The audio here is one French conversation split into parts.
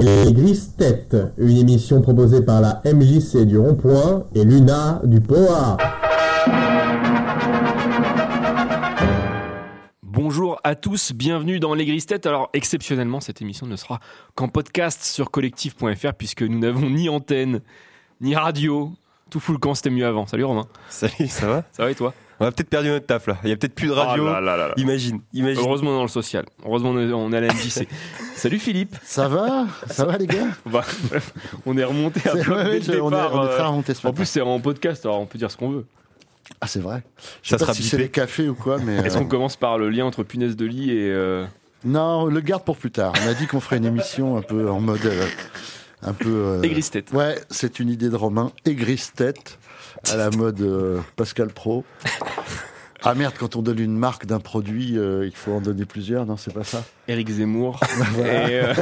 Les Grises Têtes, une émission proposée par la MJC du Rond-Point et Luna du POA. Bonjour à tous, bienvenue dans Les Grises Têtes. Alors, exceptionnellement, cette émission ne sera qu'en podcast sur collectif.fr puisque nous n'avons ni antenne, ni radio. Tout fout le camp, c'était mieux avant. Salut Romain, Salut, ça va ça va et toi On a peut-être perdu notre taf là. Il y a peut-être plus de radio. Oh là là là là. Imagine, imagine. Heureusement, on est dans le social. Heureusement, on est- on est à la MJC. Salut Philippe. Ça va Ça va les gars Bah, on est remonté à C'est- bloc dès ouais, le je- on, est, départ, on est euh, très remonté ce En matin. plus, c'est en podcast, alors on peut dire ce qu'on veut. Ah c'est vrai. Je Ça sais sera pas si c'est bipé. le café ou quoi, mais Est-ce euh, qu'on commence par le lien entre punaise de lit et. euh, non, on le garde pour plus tard. On a dit qu'on ferait une émission un peu en mode, euh, un peu. euh, et grise tête Ouais, c'est une idée de Romain. Aigris tête à la mode euh, Pascal Pro. Ah merde, quand on donne une marque d'un produit, euh, il faut en donner plusieurs, non C'est pas ça Eric Zemmour et, euh,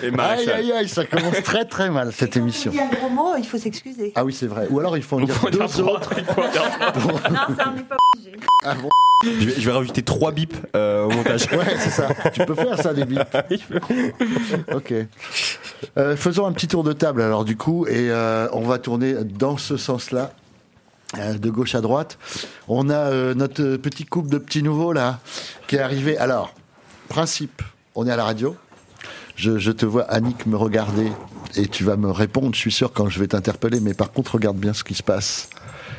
et Aïe Maréchal. aïe aï, ça commence très très mal cette émission. Il y a un gros mot, il faut s'excuser. Ah oui, c'est vrai. Ou alors il faut en Il dire faut en dire deux trois, autres Ah il faut en dire trois. non, ça, on n'est pas obligé. avant. Je vais, je vais rajouter trois bips euh, au montage. Ouais, c'est ça. Tu peux faire ça, des bips. ok. Euh, faisons un petit tour de table, alors, du coup, et euh, on va tourner dans ce sens-là. euh, De gauche à droite, on a euh, notre euh, petit couple de petits nouveaux là qui est arrivé. Alors, principe, on est à la radio. Je, je te vois, Annick, me regarder et tu vas me répondre, je suis sûr, quand je vais t'interpeller. Mais par contre, regarde bien ce qui se passe.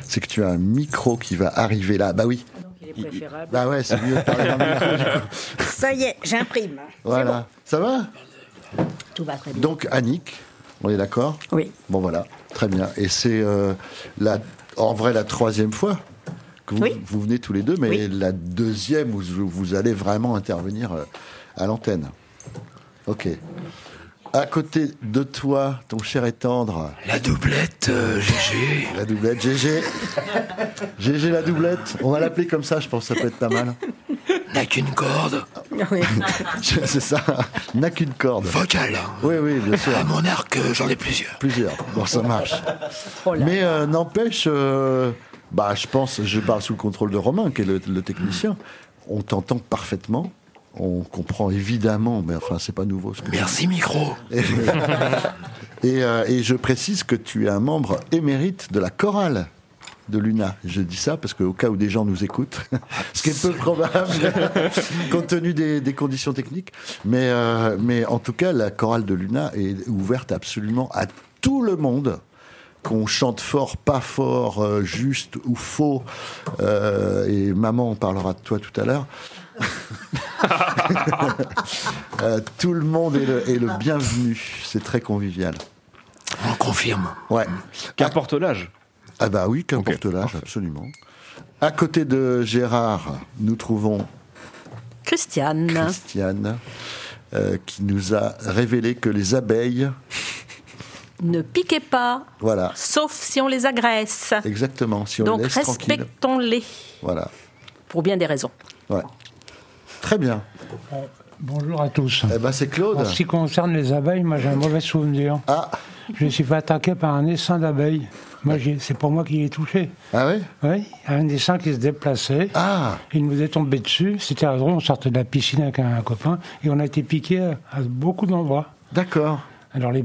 C'est que tu as un micro qui va arriver là. Bah oui. Donc il est préférable. Bah ouais, c'est mieux de parler dans le micro. Ça y est, j'imprime. Voilà. Ça va Tout va très bien. Donc, Annick, on est d'accord Oui. Bon, voilà, très bien. Et c'est euh, la, en vrai la troisième fois que vous, Oui. vous venez tous les deux, mais Oui. la deuxième où vous, vous allez vraiment intervenir euh, à l'antenne. Ok. À côté de toi, ton cher et tendre. La doublette GG. La doublette GG. GG la doublette. On va l'appeler comme ça, je pense que ça peut être pas mal. Oui. C'est ça. N'a qu'une corde. Vocal. Oui, oui, bien sûr. À mon arc, euh, j'en ai plusieurs. Plusieurs. Bon, ça marche. Oh là. Mais euh, n'empêche, euh, bah, je pense, je parle sous le contrôle de Romain, qui est le, le technicien. On t'entend parfaitement. On comprend évidemment, mais enfin, c'est pas nouveau. ce que- Merci, micro. Et, euh, et je précise que tu es un membre émérite de la chorale de Luna. Je dis ça parce qu'au cas où des gens nous écoutent, ce qui est peu probable, compte tenu des, des conditions techniques. Mais, euh, mais en tout cas, la chorale de Luna est ouverte absolument à tout le monde. Qu'on chante fort, pas fort, euh, juste ou faux. Euh, et maman, on parlera de toi tout à l'heure. Euh, tout le monde est le, est le bienvenu. C'est très convivial. On confirme. Ouais. Qu'importe l'âge. Ah bah oui, qu'importe l'âge, absolument. À côté de Gérard, nous trouvons Christiane. Christiane, euh, qui nous a révélé que les abeilles, Ne piquez pas, voilà, sauf si on les agresse. exactement, si on Donc les laisse tranquille, respectons-les, voilà, pour bien des raisons. voilà. Très bien. Bonjour à tous. Eh ben c'est Claude. En ce qui concerne les abeilles, moi j'ai un mauvais souvenir. Ah, Je me suis fait attaquer par un essaim d'abeilles. Moi, j'ai- c'est pour moi qui ai touché. ah ouais Oui, un essaim qui se déplaçait. Ah Il nous est tombé dessus. C'était à drôle, on sortait de la piscine avec un copain et on a été piqué à, à beaucoup d'endroits. D'accord. Alors les,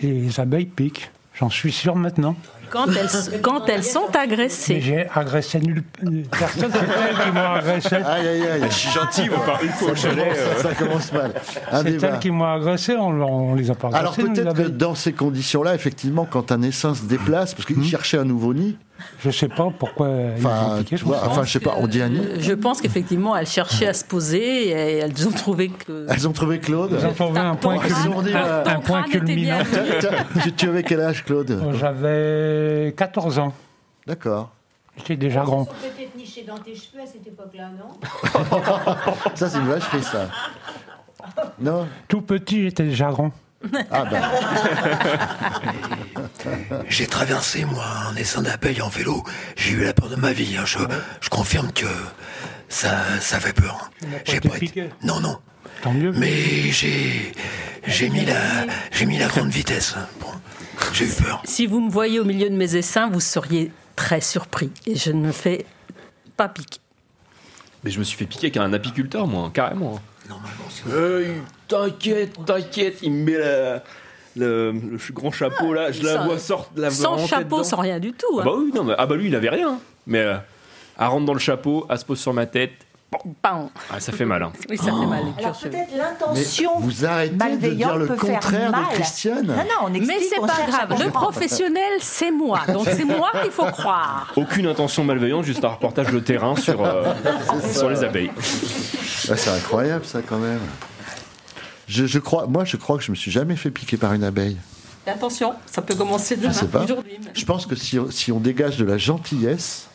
les abeilles piquent. J'en suis sûr maintenant. Quand elles, quand elles sont Mais agressées, j'ai agressé nulle personne. C'est elles qui m'ont agressé. Aïe, aïe, aïe. Ah, Je suis gentil, vous parlez une fois au chalet. euh. Ça, ça commence mal. Un C'est débat. elles qui m'ont agressé. On, on les a pas agressées. Ah, Alors nous, les peut-être que abeilles. dans ces conditions-là, effectivement, quand un essaim se déplace, parce qu'il cherchait un nouveau nid, Hmm. Je sais pas pourquoi. ils nous ont enfin, piqué, tu vois, franchement. enfin, je sais pas, on dit un nid. je pense qu'effectivement, elles cherchaient à se poser et elles ont trouvé que. Elles ont trouvé Claude. Ils ont trouvé un point, Ils culminant. ont dit, un, voilà. un point crâne était culminant. bien. Tiens, tiens, tu, tu avais quel âge, Claude Euh, J'avais 14 ans. D'accord. J'étais déjà grand. peut-être niché dans tes cheveux à cette époque-là, non Ça, c'est une vacherie, ça. Non Tout petit, j'étais déjà grand. Ah, bah, J'ai traversé, moi, un essaim d'abeilles en vélo. J'ai eu la peur de ma vie. hein. Je, je confirme que ça, ça fait peur. hein. n'as pas J'ai été pas été. piqué Non, non. Tant mieux. Mais j'ai, j'ai mis la, j'ai mis la grande vitesse. hein. Bon, j'ai eu peur. Si vous me voyez au milieu de mes essaims, vous seriez très surpris. Et je ne me fais pas piquer. Mais je me suis fait piquer avec un apiculteur, moi, carrément. Normalement, si Euh, t'inquiète, t'inquiète, il me met la- le, le grand chapeau là, je la Ah, Sans- vois sortir. la vois Sans rentrer chapeau, dedans. sans rien du tout. Ah hein. bah oui, non, mais, ah bah lui, il avait rien. Mais euh, elle rentre dans le chapeau, elle se pose sur ma tête. Bam. Ah, ça fait mal. Hein. Oui, ça fait mal. les cuirs Alors cheveux. peut-être l'intention vous arrêtez de dire malveillante le peut faire contraire mal. de Christiane. Non, non, on explique, Mais c'est on pas cherche à grave. Le comprendre. professionnel, c'est moi. Donc c'est moi qu'il faut croire. Aucune intention malveillante, juste un reportage de terrain sur, euh, sur les abeilles. Ah, c'est incroyable ça quand même. Je, je crois, moi je crois que je me suis jamais fait piquer par une abeille. Attention, ça peut commencer Je sais demain, pas. Ah, aujourd'hui. même. Je pense que si, si on dégage de la gentillesse,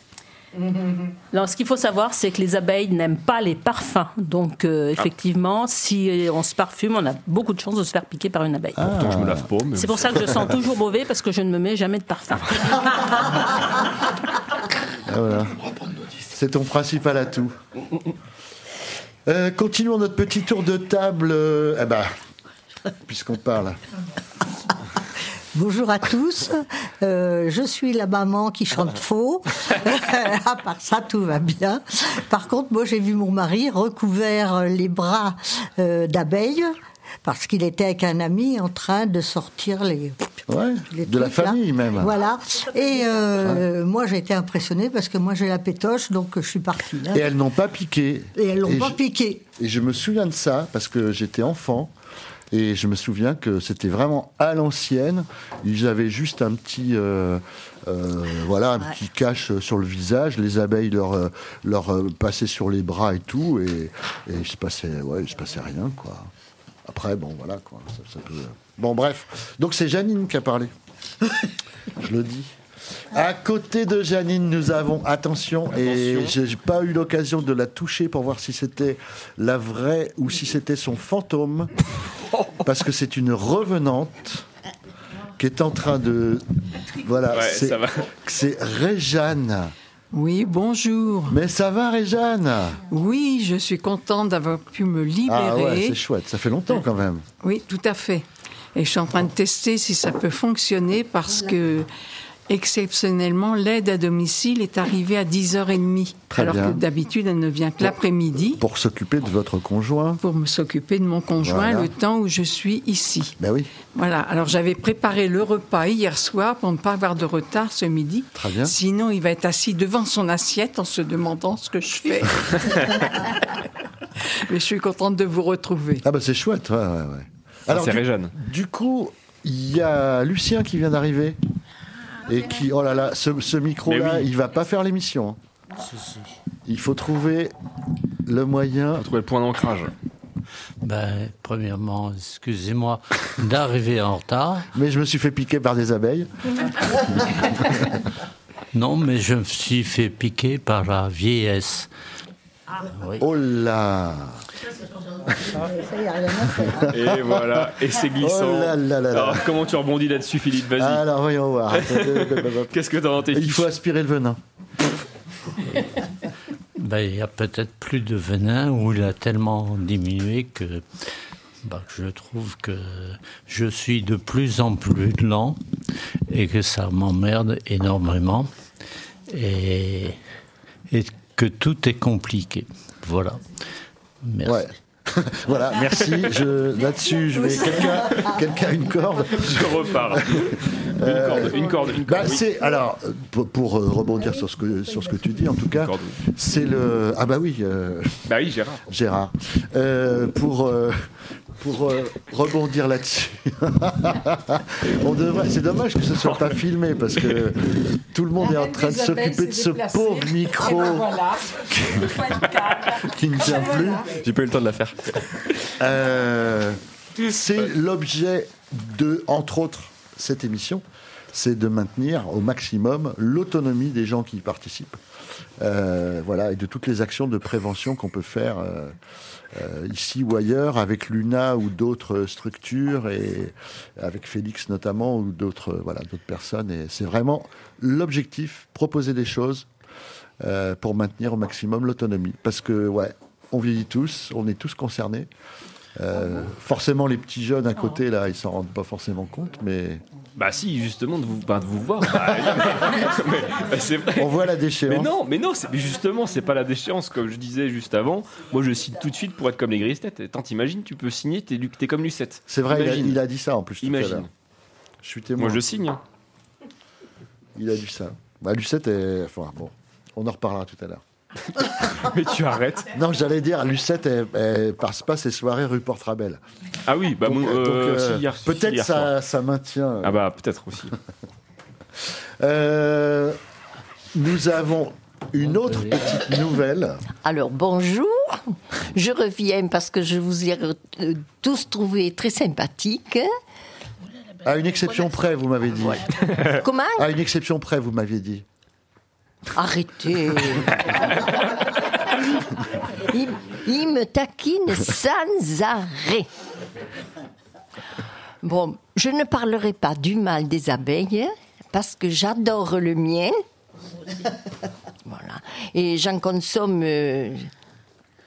Non, ce qu'il faut savoir, c'est que les abeilles n'aiment pas les parfums. Donc, euh, effectivement, si euh, on se parfume, on a beaucoup de chances de se faire piquer par une abeille. Ah. Pourtant, je me lave pas. mais- C'est pour ça que je sens toujours mauvais parce que je ne me mets jamais de parfum. ah, voilà. c'est ton principal atout. Euh, continuons notre petit tour de table. euh, eh ben, puisqu'on parle. Bonjour à tous. Euh, je suis la maman qui chante faux. à part ça, tout va bien. Par contre, moi, j'ai vu mon mari recouvert les bras euh, d'abeilles parce qu'il était avec un ami en train de sortir les. Ouais, les de la trucs, là. famille même. Voilà. Et euh, moi, j'ai été impressionnée parce que moi, j'ai la pétoche, donc je suis partie. hein. Et elles n'ont pas piqué. Et elles l'ont Et pas je- piqué. Et je me souviens de ça parce que j'étais enfant. Et je me souviens que c'était vraiment à l'ancienne. Ils avaient juste un petit, euh, euh, voilà, un Ouais. petit cache sur le visage. Les abeilles leur, euh, leur euh, passaient sur les bras et tout. Et, et il se passait, ouais, il se passait rien, quoi. Après, bon, voilà, quoi. Ça- ça peut- euh. Bon, bref. Donc c'est Janine qui a parlé. je le dis. À côté de Janine, nous avons, attention, et j'ai j'ai pas eu l'occasion de la toucher pour voir si c'était la vraie ou si c'était son fantôme, parce que c'est une revenante qui est en train de... Voilà, Ouais, c'est- ça va. c'est Réjeanne. Oui, bonjour. Mais ça va, Réjeanne Oui, je suis contente d'avoir pu me libérer. Ah ouais, c'est chouette, ça fait longtemps quand même. oui, tout à fait. Et je suis en train de tester si ça peut fonctionner parce que, exceptionnellement, l'aide à domicile est arrivée à 10h30. Très alors bien. que d'habitude, elle ne vient que l'après-midi Pour s'occuper de votre conjoint. pour me s'occuper de mon conjoint Voilà. le temps où je suis ici. Ben oui. Voilà, alors j'avais préparé le repas hier soir pour ne pas avoir de retard ce midi. Très bien. Sinon, il va être assis devant son assiette en se demandant ce que je fais. Mais je suis contente de vous retrouver. Ah bah c'est chouette, ouais, ouais, ouais. Ah, c'est du- Réjeanne. Du coup, il y a Lucien qui vient d'arriver. Et qui, oh là là, ce, ce micro-là, Mais oui. il va pas faire l'émission. hein. Il faut trouver le moyen. trouver le point d'ancrage. Ben, premièrement, excusez-moi d'arriver en retard. Mais je me suis fait piquer par des abeilles. Non, mais je me suis fait piquer par la vieillesse. Oh là hein. Et voilà, et c'est glissant. Oh là là là là. Alors, comment tu rebondis là-dessus, Philippe Vas-y. Alors voyons voir. Qu'est-ce que t'as dans tes Il faut aspirer le venin. Ben, il y a peut-être plus de venin ou il a tellement diminué que, ben, que je trouve que je suis de plus en plus lent et que ça m'emmerde énormément et, et que tout est compliqué. Voilà. Merci. voilà, merci. Je- Là-dessus, je vais. Quelqu'un quelqu'un a une corde Je repars. Une corde, une corde, une Bah, corde. oui. c'est alors pour, pour, euh, rebondir sur ce que sur ce que tu dis en tout cas, c'est le ah bah oui euh, Bah oui, Gérard. Gérard Euh, pour euh, pour euh, rebondir là-dessus. On devrait c'est dommage que ce soit pas filmé parce que tout le monde est en train de s'occuper de ce pauvre micro qui ne tient plus. J'ai pas eu le temps de la faire. Euh, c'est l'objet de, entre autres, cette émission, c'est de maintenir au maximum l'autonomie des gens qui y participent. Euh, voilà, et de toutes les actions de prévention qu'on peut faire euh, euh, ici ou ailleurs avec l'UNA ou d'autres structures et avec Félix notamment ou d'autres euh, voilà, d'autres personnes. Et c'est vraiment l'objectif, proposer des choses euh, pour maintenir au maximum l'autonomie. Parce que, ouais, on vieillit tous, on est tous concernés. Euh, forcément, les petits jeunes à côté, là, ils s'en rendent pas forcément compte, mais. Bah si, justement, de vous, bah, de vous voir. Bah, non, mais- mais c'est vrai. On voit la déchéance. Mais non, mais non, c'est- mais justement, c'est pas la déchéance, comme je disais juste avant. Moi, je signe tout de suite pour être comme les grises têtes. Et Tant t'imagines, tu peux signer, t'es, lu- t'es comme Lucette. C'est vrai, il a, Imagine. il a dit ça en plus. tout à Imagine. l'heure. Je suis témoin. Moi, je signe. hein. Il a dit ça. Bah, Lucette est. Enfin, bon, on en reparlera tout à l'heure. Mais tu arrêtes. Non, j'allais dire, Lucette, elle, elle passe pas ses soirées rue Portrabel. Ah oui, bah Donc, mon- euh, donc, euh, euh, si, hier- si, peut-être hier ça, soir. ça maintient. euh, Ah bah peut-être aussi. Euh, nous avons une autre petite nouvelle. Alors bonjour, je reviens parce que je vous ai euh, tous trouvé très sympathiques. À une exception près, vous m'avez dit. Comment À une exception près, vous m'aviez dit. Arrêtez ils, ils me taquinent sans arrêt. Bon, je ne parlerai pas du mal des abeilles parce que j'adore le mien. Voilà. Et j'en consomme euh,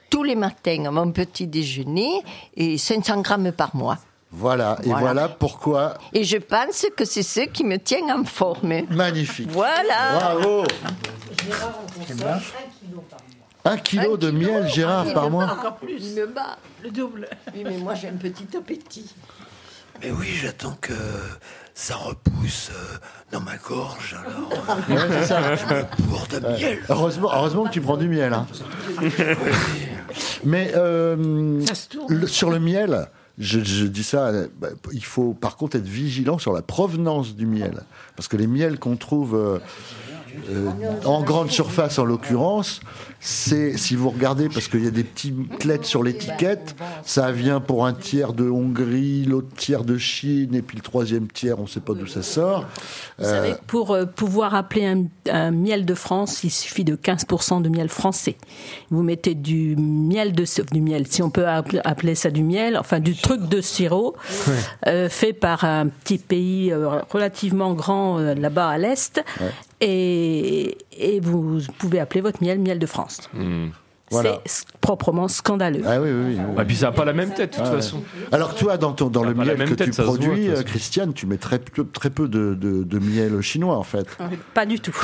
tous les matins à mon petit déjeuner et 500 grammes par mois. Voilà, et voilà, Voilà. pourquoi. Et je pense que c'est ce qui me tient en forme. Magnifique. Voilà. Bravo Un kilo de miel, Gérard, par mois Encore plus. Il me bat le double. Oui, mais moi j'ai un petit appétit. Mais oui, j'attends que ça repousse euh, dans ma gorge. Alors, euh. Ouais, c'est ça. pour de Ouais. miel. Heureusement, heureusement que tu prends du miel. hein. Mais euh, le- sur le miel, je, je dis ça, euh, bah, il faut par contre être vigilant sur la provenance du miel. Parce que les miels qu'on trouve euh, euh, en grande surface, en l'occurrence, c'est, si vous regardez, parce qu'il y a des petites lettres sur l'étiquette, ça vient pour un tiers de Hongrie, l'autre tiers de Chine, et puis le troisième tiers, on ne sait pas d'où ça sort. Vous savez, Euh, pour euh, pouvoir appeler un, un miel de France, il suffit de 15% de miel français. Vous mettez du miel de du miel, si on peut appeler, appeler ça du miel, enfin du truc de sirop Ouais. euh, fait par un petit pays euh, relativement grand euh, là-bas à l'est, Ouais. et, et vous pouvez appeler votre miel miel de France. Hmm. Voilà. C'est s- proprement scandaleux. Ah oui, oui, oui. Et puis ça a pas la même tête de toute Ah ouais. façon. Alors toi, dans, ton- dans le pas la miel même que tête, tu ça se voit, de toute produis, euh, façon. Christiane, tu mets très peu, très peu de, de- de miel chinois en fait. Pas du tout.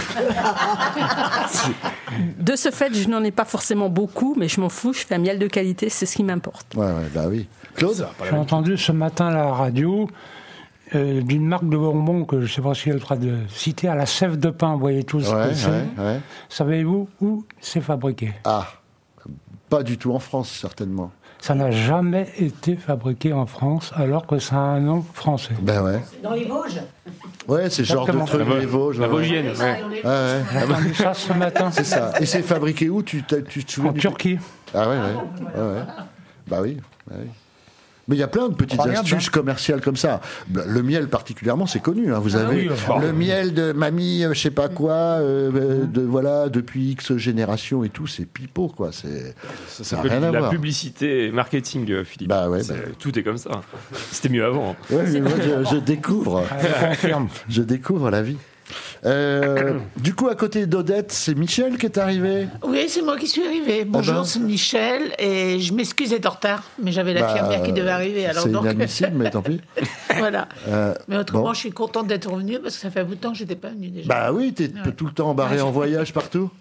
De ce fait, je n'en ai pas forcément beaucoup, mais je m'en fous, je fais un miel de qualité, c'est ce qui m'importe. Ouais, ouais, bah oui. Claude J'ai entendu ce matin à la radio euh, d'une marque de bonbons que je ne sais pas si elle fera de citer, à la sève de pain, vous voyez tous ce Ouais, que c'est. ouais, ouais. Savez-vous où c'est fabriqué Ah, pas du tout en France certainement. Ça n'a jamais été fabriqué en France alors que ça a un nom français. Ben ouais. Dans les Vosges Ouais, c'est le genre de Exactement. truc La des Vos- Vosges. la ouais. Vosgienne, Ouais, ouais. ouais. Ah J'ai entendu bah- ça ce matin. C'est ça. Et c'est fabriqué où tu, t'as- tu te souviens En du- Turquie. Ah ouais, ouais. ouais, ouais. Bah oui. bah oui. Mais il y a plein de petites Incroyable, hein. astuces commerciales comme ça. Bah, Le miel particulièrement, c'est connu. hein. Vous Ah avez oui, enfin. le miel de mamie, euh, je sais pas quoi, euh, euh, de voilà depuis X générations et tout, c'est pipeau quoi. C'est Ça ça a s'appelle rien à la voir. publicité et marketing, euh, Philippe. Bah ouais, C'est- Tout est comme ça. C'était mieux avant. hein. Ouais, mais moi, je, je découvre. Ah, Je confirme. je découvre la vie. Euh, du coup, à côté d'Odette, c'est Michel qui est arrivé. Oui, c'est moi qui suis arrivée. Bonjour, ben. c'est Michel. Et je m'excuse d'être en retard, mais j'avais Bah, l'infirmière qui devait arriver. Alors c'est donc, inadmissible, mais tant pis. voilà. Euh, Mais autrement, bon. je suis contente d'être revenue parce que ça fait un bout de temps que je n'étais pas venue déjà. Bah oui, t'es Ouais. tout le temps embarré en voyage partout.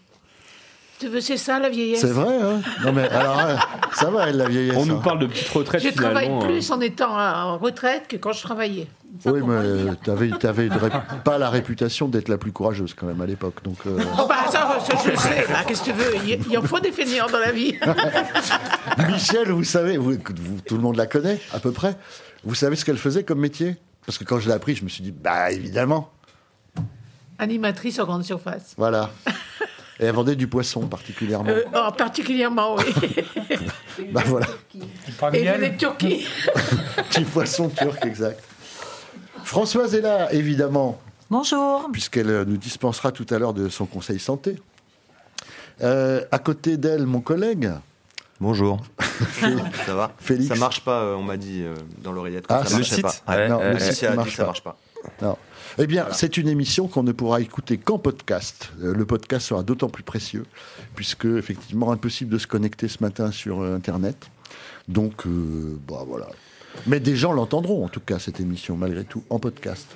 Tu veux, c'est ça la vieillesse C'est vrai, hein Non mais alors, hein, ça va, elle, la vieillesse. hein. On nous parle de petite retraite Je hein. travaille plus en étant en retraite que quand je travaillais. Oui, mais euh, t'avais, t'avais une rép- pas la réputation d'être la plus courageuse quand même à l'époque, donc. euh, Oh, bah, ça, ça, je le sais. Bah, Qu'est-ce que tu veux Il il en faut des fainéants dans la vie. Michel, vous savez, vous- vous- tout le monde la connaît à peu près. Vous savez ce qu'elle faisait comme métier Parce que quand je l'ai appris, je me suis dit, bah évidemment, Animatrice en grande surface. voilà. Et elle vendait du poisson particulièrement. Euh, oh, particulièrement, oui. Bah voilà, Et elle venait de Turquie. du poisson turc, exact. Françoise est là, évidemment. Bonjour. Puisqu'elle euh, nous dispensera tout à l'heure de son conseil santé. Euh, à côté d'elle, mon collègue. Bonjour. ça va Félix Ça marche pas, euh, on m'a dit euh, dans l'oreillette. que Ah, ça c'est- marchait le pas. site Ouais, Non, euh, le site si, elle a ne dit marche que ça pas. marche pas. Non. Eh bien, c'est une émission qu'on ne pourra écouter qu'en podcast. Euh, Le podcast sera d'autant plus précieux, puisque, effectivement, impossible de se connecter ce matin sur euh, Internet. Donc, euh, bah voilà. Mais des gens l'entendront, en tout cas, cette émission, malgré tout, en podcast.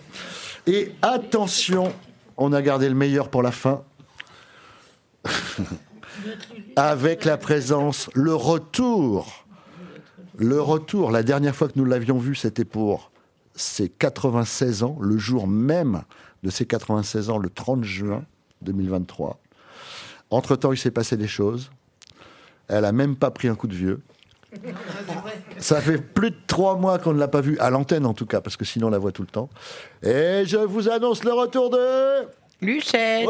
Et attention, on a gardé le meilleur pour la fin. Avec la présence, le retour. Le retour, la dernière fois que nous l'avions vu, c'était pour ses 96 ans, le jour même de ses 96 ans, le 30 juin 2023. Entre-temps, il s'est passé des choses. Elle a même pas pris un coup de vieux. Ça fait plus de trois mois qu'on ne l'a pas vue, à l'antenne en tout cas, parce que sinon on la voit tout le temps. Et je vous annonce le retour de... Lucette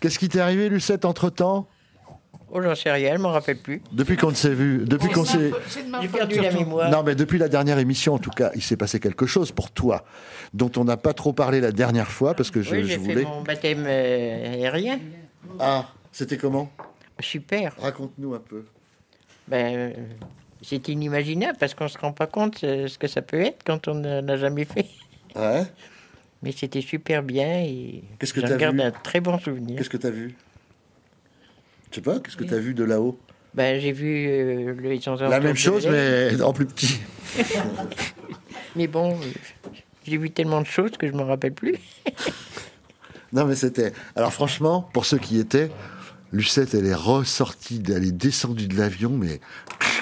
Qu'est-ce qui t'est arrivé, Lucette, entre-temps Oh, j'en sais rien, je m'en rappelle plus. Depuis qu'on ne s'est vu, depuis qu'on s'est... J'ai perdu la mémoire. Non, mais depuis la dernière émission, en tout cas, il s'est passé quelque chose pour toi, dont on n'a pas trop parlé la dernière fois, parce que je, oui, je j'ai fait voulais... mon baptême euh, aérien. Ah, c'était comment Super. Raconte-nous un peu. Ben, euh, c'est inimaginable parce qu'on ne se rend pas compte euh, ce que ça peut être quand on ne l'a jamais fait. Ah Ouais. Mais c'était super bien et Qu'est-ce que je t'as garde vu un très bon souvenir. Qu'est-ce que t'as vu Je sais pas, qu'est-ce que t'as vu de là-haut Ben, j'ai vu euh, le Ascenseur La Tour même de chose, l'Est. mais en plus petit. mais bon, euh, j'ai vu tellement de choses que je ne me rappelle plus. Non, mais c'était. Alors, franchement, pour ceux qui y étaient, Lucette, elle est ressortie, elle est descendue de l'avion, mais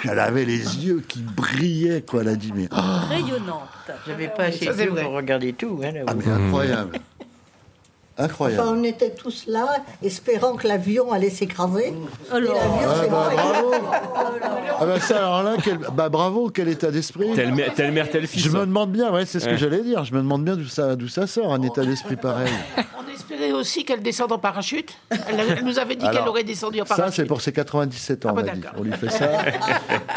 elle avait les yeux qui brillaient, quoi. Elle a dit, mais. Ah, Rayonnante. Je n'avais pas assez Ah Ça, c'est d'yeux vrai. pour regarder tout. Hein, Ah, là-haut. mais incroyable. incroyable. Enfin, on était tous là, espérant que l'avion allait s'écraser. Et l'avion Ah, s'est bah, écrasé. bravo. Ah bah ça, alors là, quel- bah bravo, quel état d'esprit. Telle mère, telle mère, tel fils. Je me demande bien, ouais, c'est ce que Ouais. j'allais dire. Je me demande bien d'où ça, d'où ça sort, un état d'esprit pareil. On espérait aussi qu'elle descende en parachute. Elle, elle nous avait dit qu'elle Alors, aurait descendu en Ça, parachute. c'est pour ses 97 ans, Ah bon, on a dit. d'accord. On lui fait ça.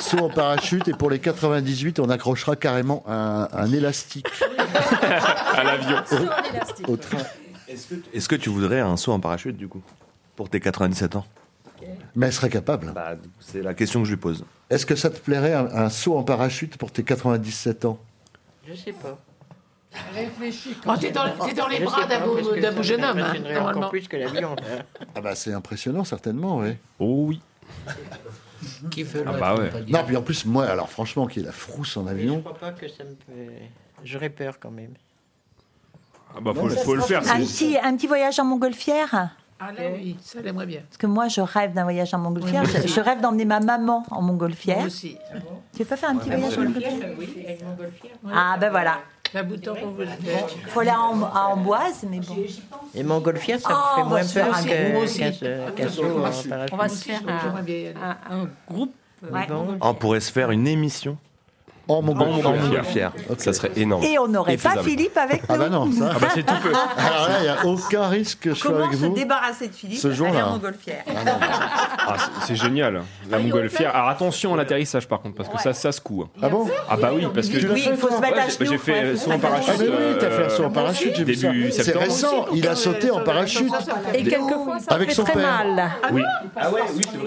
Saut en parachute, et pour les 98, on accrochera carrément un, un élastique à l'avion. au train. Est-ce que, est-ce que tu voudrais un saut en parachute, du coup Pour tes 97 ans Mais elle serait capable. Bah, c'est la question que je lui pose. Est-ce que ça te plairait un, un saut en parachute pour tes 97 ans Je sais pas. Réfléchis. Oh, t'es dans, t'es dans les bras d'un beau, d'un beau jeune homme, hein, normalement. plus que l'avion. Ah bah c'est impressionnant certainement, oui. Oh oui. Qui veut Ah bah ouais. Non, puis en plus, moi, alors franchement, qui est la frousse en Je avion. crois pas que ça me peut... J'aurais peur quand même. Ah bah Non, faut, mais- faut le faire. Un c'est- petit, un petit voyage en montgolfière Ah là, oui, ça l'aimerait bien. Parce que moi, je rêve d'un voyage en montgolfière. Oui, moi je, aussi. je rêve d'emmener ma maman en montgolfière. Moi aussi. Tu veux pas faire un petit Ah Ouais, bah, voyage en montgolfière Oui, avec mon golfière. Ah, ben voilà. La bouton pour vous. Il faut aller à Am- à Amboise, mais bon. Et montgolfière, ça Oh, me on fait va moins se peur faire un que- gros aussi. qu'un se- qu'un saut en parachute. On va se faire un, un- un groupe. euh, Ouais. On pourrait se faire une émission en montgolfière. Ça serait énorme. Et on n'aurait pas faisable. Philippe avec nous. Ah bah non, ça. Ah bah c'est tout peu. Alors là, il n'y a aucun risque que je sois Comment avec se vous. débarrasser de Philippe Ce Aller jour-là. en montgolfière. Ah, c'est- c'est génial. La montgolfière. Alors attention à l'atterrissage par contre, parce que ça, ça se coue. Ah bon Ah bah oui, parce que Tu l'as Oui, il faut se mettre Ouais, à j'ai- genoux. J'ai fait euh, saut en Ah parachute. mais oui, t'as fait un saut en euh, parachute, j'ai vu ça. début C'est septembre. récent, il a sauté en parachute. Et quelquefois, ça Avec fait son très père. mal. Oui. Ah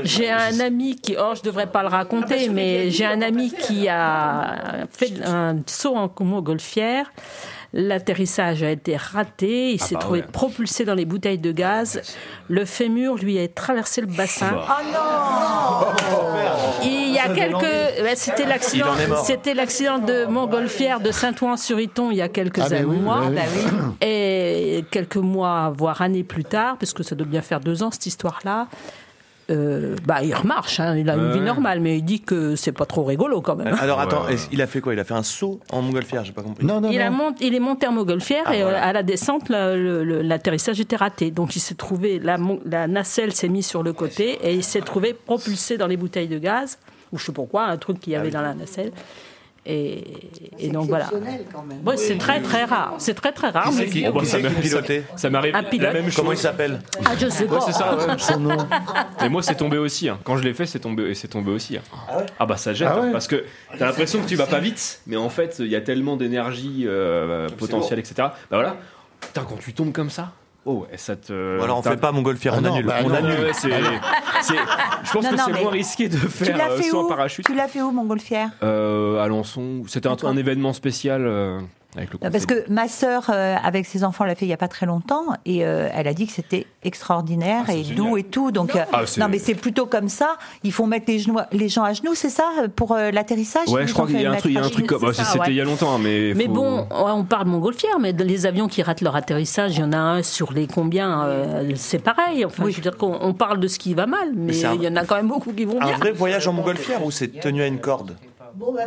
J'ai Ah, un ami qui, oh, je devrais pas le bah, raconter, mais j'ai un ami qui hein. Ah, a fait bah, un saut en montgolfière. L'atterrissage a été raté, il Ah s'est bah trouvé ouais. Ah, bah, propulsé dans les bouteilles de gaz. Le fémur lui a traversé le bassin. Oh bah. Oh, Et non il y a quelques, Ouais, c'était l'accident, Il en est mort. c'était l'accident de montgolfière de Saint-Ouen-sur-Iton il y a quelques Ah, mais oui, mois, bah oui. Bah et quelques mois voire années plus tard, parce que ça doit bien faire deux ans cette histoire-là. euh, bah, il remarche, hein, il a une Ouais. vie normale, mais il dit que c'est pas trop rigolo quand même. hein. Alors attends, est-ce- il a fait quoi Il a fait un saut en montgolfière, j'ai pas compris. il, a mont- il est monté en montgolfière Ah, et euh, voilà. à la descente, le- le- le- l'atterrissage était raté. Donc il s'est trouvé, la, mon- la nacelle s'est mise sur le côté et il s'est trouvé propulsé dans les bouteilles de gaz, ou je sais pas quoi, un truc qu'il y Ah avait dans la nacelle. Et, et donc voilà. exceptionnel, quand même. Ouais, c'est très très rare. C'est très très rare. Qui mais c'est Ah, qui, bon. qui c'est qui pilotait oh, bah, Ça m'arrive. Un La pilote. même chose. Comment il s'appelle Ah, je sais Ouais, pas. c'est ça, ouais. Et moi, c'est tombé aussi. hein. Quand je l'ai fait, c'est tombé, et c'est tombé aussi. hein. Ah, bah ça jette, Ah ouais hein, parce que t'as l'impression que tu vas pas vite, mais en fait, il y a tellement d'énergie euh, potentielle, etc. Bah voilà. Putain, quand tu tombes comme ça. Oh, ouais, ça te. Ou alors on t'as- fait pas montgolfière, Ah on non, annule. bah on non, annule. Ah ouais, c'est- c'est- Je pense Non, que non, c'est mais moins risqué de Tu faire l'as euh, fait saut en où parachute. Tu l'as fait où, montgolfière Euh, Alençon, c'était un, un événement spécial. euh, Avec le Non, Bah, Parce que ma sœur, euh, avec ses enfants, l'a fait il n'y a pas très longtemps et euh, elle a dit que c'était extraordinaire et doux et tout. Donc, euh, Ah, c'est- non, mais c'est plutôt comme ça. Ils font mettre les, genoux, les gens à genoux, c'est ça, pour euh, l'atterrissage Ouais, Ils je ont crois qu'il y fait a un mettre truc, il y a à un truc genoux. comme. ah, c'est c'est- ça, C'était il y a ouais. longtemps, mais. Mais faut- bon, ouais, on parle montgolfière, mais de- les avions qui ratent leur atterrissage, il y en a un sur les combien euh, C'est pareil. Enfin, je veux dire qu'on on parle de ce qui va mal, mais c'est un- il y en a quand même beaucoup qui vont Un bien. vrai voyage en montgolfière ou c'est tenu à une corde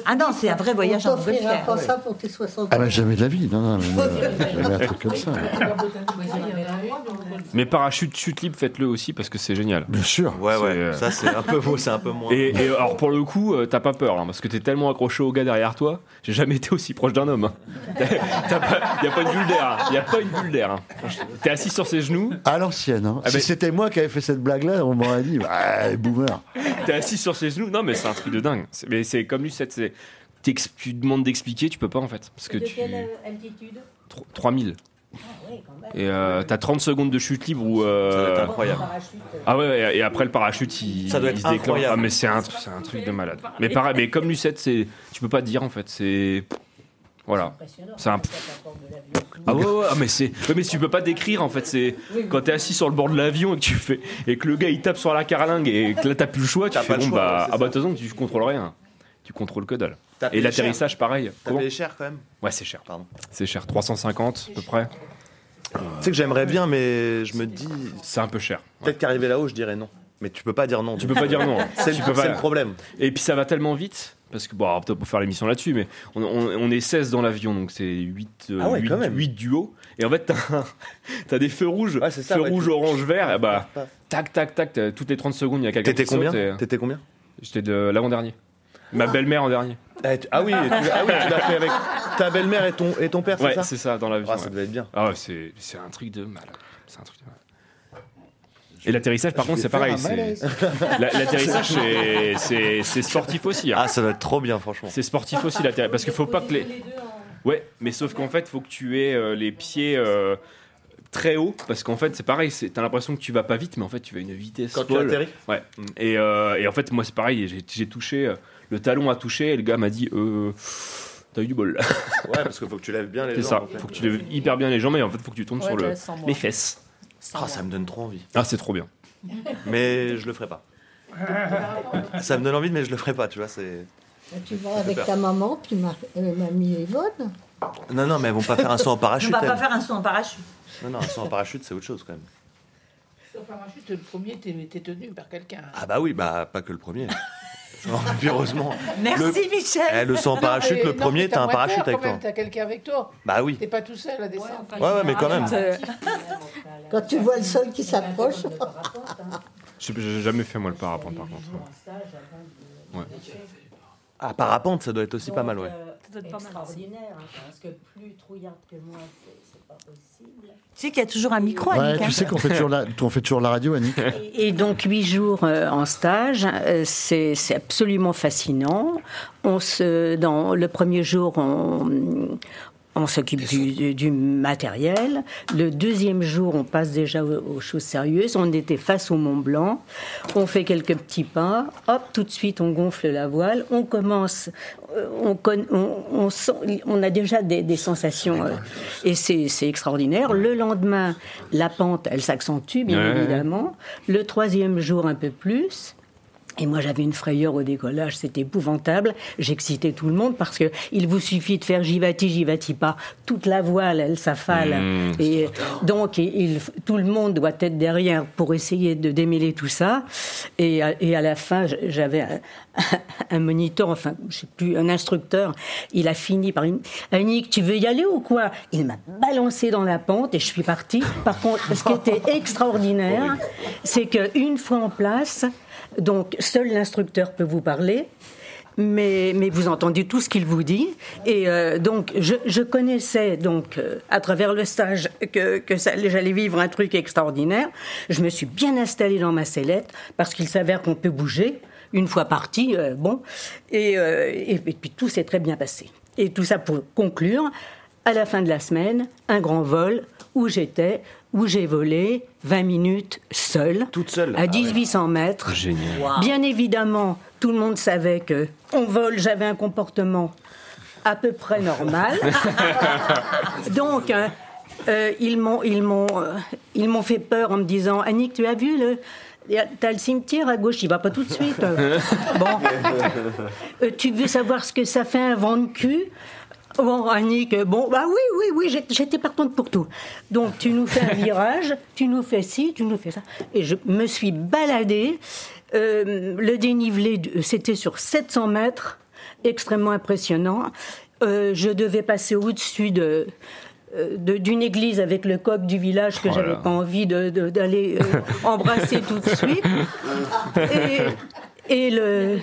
Ah non, c'est un vrai voyage bah, en t'offrira Angleterre. pas ça pour tes 60 Ah bah jamais de la vie, non, non, mais, euh, jamais un truc comme ça. Mais parachute, chute libre, faites-le aussi parce que c'est génial. Bien sûr. Ouais, ouais. Ça, c'est un peu beau, c'est un peu moins. Et, et alors, pour le coup, euh, t'as pas peur, hein, parce que t'es tellement accroché au gars derrière toi. J'ai jamais été aussi proche d'un homme. Il n'y a pas une bulle d'air. Il a pas une bulle d'air. hein. T'es assis sur ses genoux. À l'ancienne, hein. Ah si ben- c'était moi qui avais fait cette blague-là, on m'aurait dit, bah, boomer. T'es assis sur ses genoux. Non, mais c'est un truc de dingue. C'est- Mais c'est comme lui, c'est- c'est- t'ex- tu demandes d'expliquer, tu peux pas en fait. Parce que de tu. quelle euh, altitude tro- 3000. Et euh, t'as 30 secondes de chute libre où. euh, incroyable. Ah ouais, ouais, et après le parachute, il, Ça doit il être se déclenche. incroyable. Ah, mais c'est un, c'est un truc de malade. Mais, pareil, mais comme Lucette, c'est, tu peux pas dire en fait. C'est. Voilà. C'est un. Ah ouais, ouais, ah, mais c'est. ouais, Mais tu peux pas décrire en fait. C'est quand t'es assis sur le bord de l'avion et que tu fais et que le gars il tape sur la carlingue et que là t'as plus le choix, tu T'as fais pas le bon choix, ouais, bah c'est ah bah de toute façon tu contrôles rien. Tu contrôles que dalle. T'as Et payé l'atterrissage pareil. T'as Comment payé cher quand même Ouais, c'est cher. C'est cher, 350 à peu près. Tu sais que j'aimerais bien, mais je me dis. C'est un peu cher. Peut-être qu'arrivé là-haut, je dirais non. Mais tu peux pas dire non. Tu peux pas dire non. C'est Tu le, peux pas. c'est le problème. Et puis ça va tellement vite, parce que, bon, alors, peut-être pour faire l'émission là-dessus, mais on, on- on est 16 dans l'avion, donc c'est 8, Ah ouais, quand même. duos. Et en fait, t'as, un- t'as des feux rouges, ça, feux ouais, rouges, tu- orange, vert, et bah, tac, tac, tac, t'as- toutes les 30 secondes, il y a quelqu'un T'étais qui saute combien et- T'étais combien J'étais de l'avant-dernier. Ma belle-mère en dernier. Ah, tu- ah oui, tu, ah oui, tu l'as fait avec ta belle-mère et ton, et ton père, c'est ouais, ça c'est ça, dans l'avion. Ah, ça ouais. devait être bien. Ah ouais, c'est, c'est un truc de malade. C'est un truc de malade. Et l'atterrissage, par Je contre, vais c'est faire pareil. un c'est- malaise. La- L'atterrissage, c'est- c'est c'est sportif aussi. Ah, ça doit être trop bien, franchement. C'est sportif aussi, l'atterrissage. Parce qu'il faut pas que les. Ouais, mais sauf qu'en fait, faut que tu aies euh, les pieds euh, très hauts. Parce qu'en fait, c'est pareil, c'est- t'as l'impression que tu vas pas vite, mais en fait, tu vas à une vitesse. Quand tu folle. atterris Ouais. Et, euh, et en fait, moi, c'est pareil, j'ai- j'ai touché. euh, le talon a touché, et le gars m'a dit euh, T'as eu du bol. Ouais, parce qu'il faut que tu lèves bien les C'est jambes, ça, en fait. faut que tu lèves hyper bien les jambes et en fait faut que tu tombes Ouais, sur le, t'as sans moi. les fesses. Ah, ça me donne trop envie. Ah, c'est trop bien. Mais je le ferai pas. Ça me donne envie, mais je le ferai pas, tu vois. C'est. Bah, Tu vas Ça fait avec peur. ta maman, puis ma, euh, mamie Yvonne. Non, non, mais elles vont pas faire un saut en parachute. On va pas elles. faire un saut en parachute. Non, non, un saut en parachute, c'est autre chose quand même. Sur parachute, le premier, t'es t'es tenu par quelqu'un. Ah bah oui, bah pas que le premier. Genre, puis heureusement. Merci, Le- Michel. Eh, le saut en Non, parachute, mais- le non, premier, mais t'as un moins parachute peur avec quand toi. même, T'as quelqu'un avec toi. Bah oui. T'es pas tout seul à descendre. Ouais, ouais, mais quand même. Euh, Quand tu vois le sol qui s'approche. Ah. J'ai- J'ai jamais fait moi le parapente par contre. Ouais. Ah, parapente, ça doit être aussi pas mal, ouais. euh, extraordinaire, hein, parce que plus trouillarde que moi, c'est- c'est pas possible. Tu sais qu'il y a toujours un micro, Ouais, Annick, hein. tu sais qu'on fait, toujours la- qu'on fait toujours la radio, Annick Et donc huit jours euh, en stage, euh, c'est c'est absolument fascinant. On se, dans le premier jour, on, on s'occupe du, du- du matériel. Le deuxième jour, on passe déjà aux, aux choses sérieuses. On était face au Mont Blanc. On fait quelques petits pas. Hop, tout de suite, on gonfle la voile. On commence. euh, On, conna- on, on sent- on a déjà des, des sensations. euh, et c'est c'est extraordinaire. Le lendemain, la pente, elle s'accentue, bien Ouais. évidemment. Le troisième jour, un peu plus. Et moi, j'avais une frayeur au décollage, c'était épouvantable. J'excitais tout le monde parce que il vous suffit de faire j'y j'ivati pas. Toute la voile, elle s'affale. Mmh, et euh, donc, il- il- tout le monde doit être derrière pour essayer de démêler tout ça. Et, à- et à la fin, j- j'avais un, un moniteur, enfin, je sais plus, un instructeur. Il a fini par une Annick, tu veux y aller ou quoi Il m'a balancé dans la pente et je suis partie. Par contre, ce qui était extraordinaire, c'est qu'une fois en place, donc, seul l'instructeur peut vous parler. Mais, mais vous entendez tout ce qu'il vous dit. Et euh, donc, je, je connaissais, donc, euh, à travers le stage, que, que ça- j'allais vivre un truc extraordinaire. Je me suis bien installée dans ma sellette, parce qu'il s'avère qu'on peut bouger. Une fois parti, euh, bon. Et, euh, et- et puis, tout s'est très bien passé. Et tout ça pour conclure, à la fin de la semaine, un grand vol où j'étais, où j'ai volé 20 minutes seule. Toute seule Ah À 1800 mètres. Génial. Bien évidemment, tout le monde savait que on vole, j'avais un comportement à peu près normal. Donc, euh, euh, ils m'ont, ils m'ont, euh, ils m'ont fait peur en me disant, Annick, tu as vu le, y a- t'as le cimetière à gauche, il va pas tout de suite. bon, Euh, tu veux savoir ce que ça fait un vent de cul Bon, Annick, euh, bon, bah oui, oui, oui, j'ai- j'étais partante pour tout. Donc, tu nous fais un virage, tu nous fais ci, tu nous fais ça. Et je me suis baladée. Euh, le dénivelé, du- c'était sur 700 mètres, extrêmement impressionnant. Euh, je devais passer au-dessus de euh, de- d'une église avec le coq du village que Oh là j'avais là. pas envie de- de- d'aller euh, embrasser tout de suite. Et, et le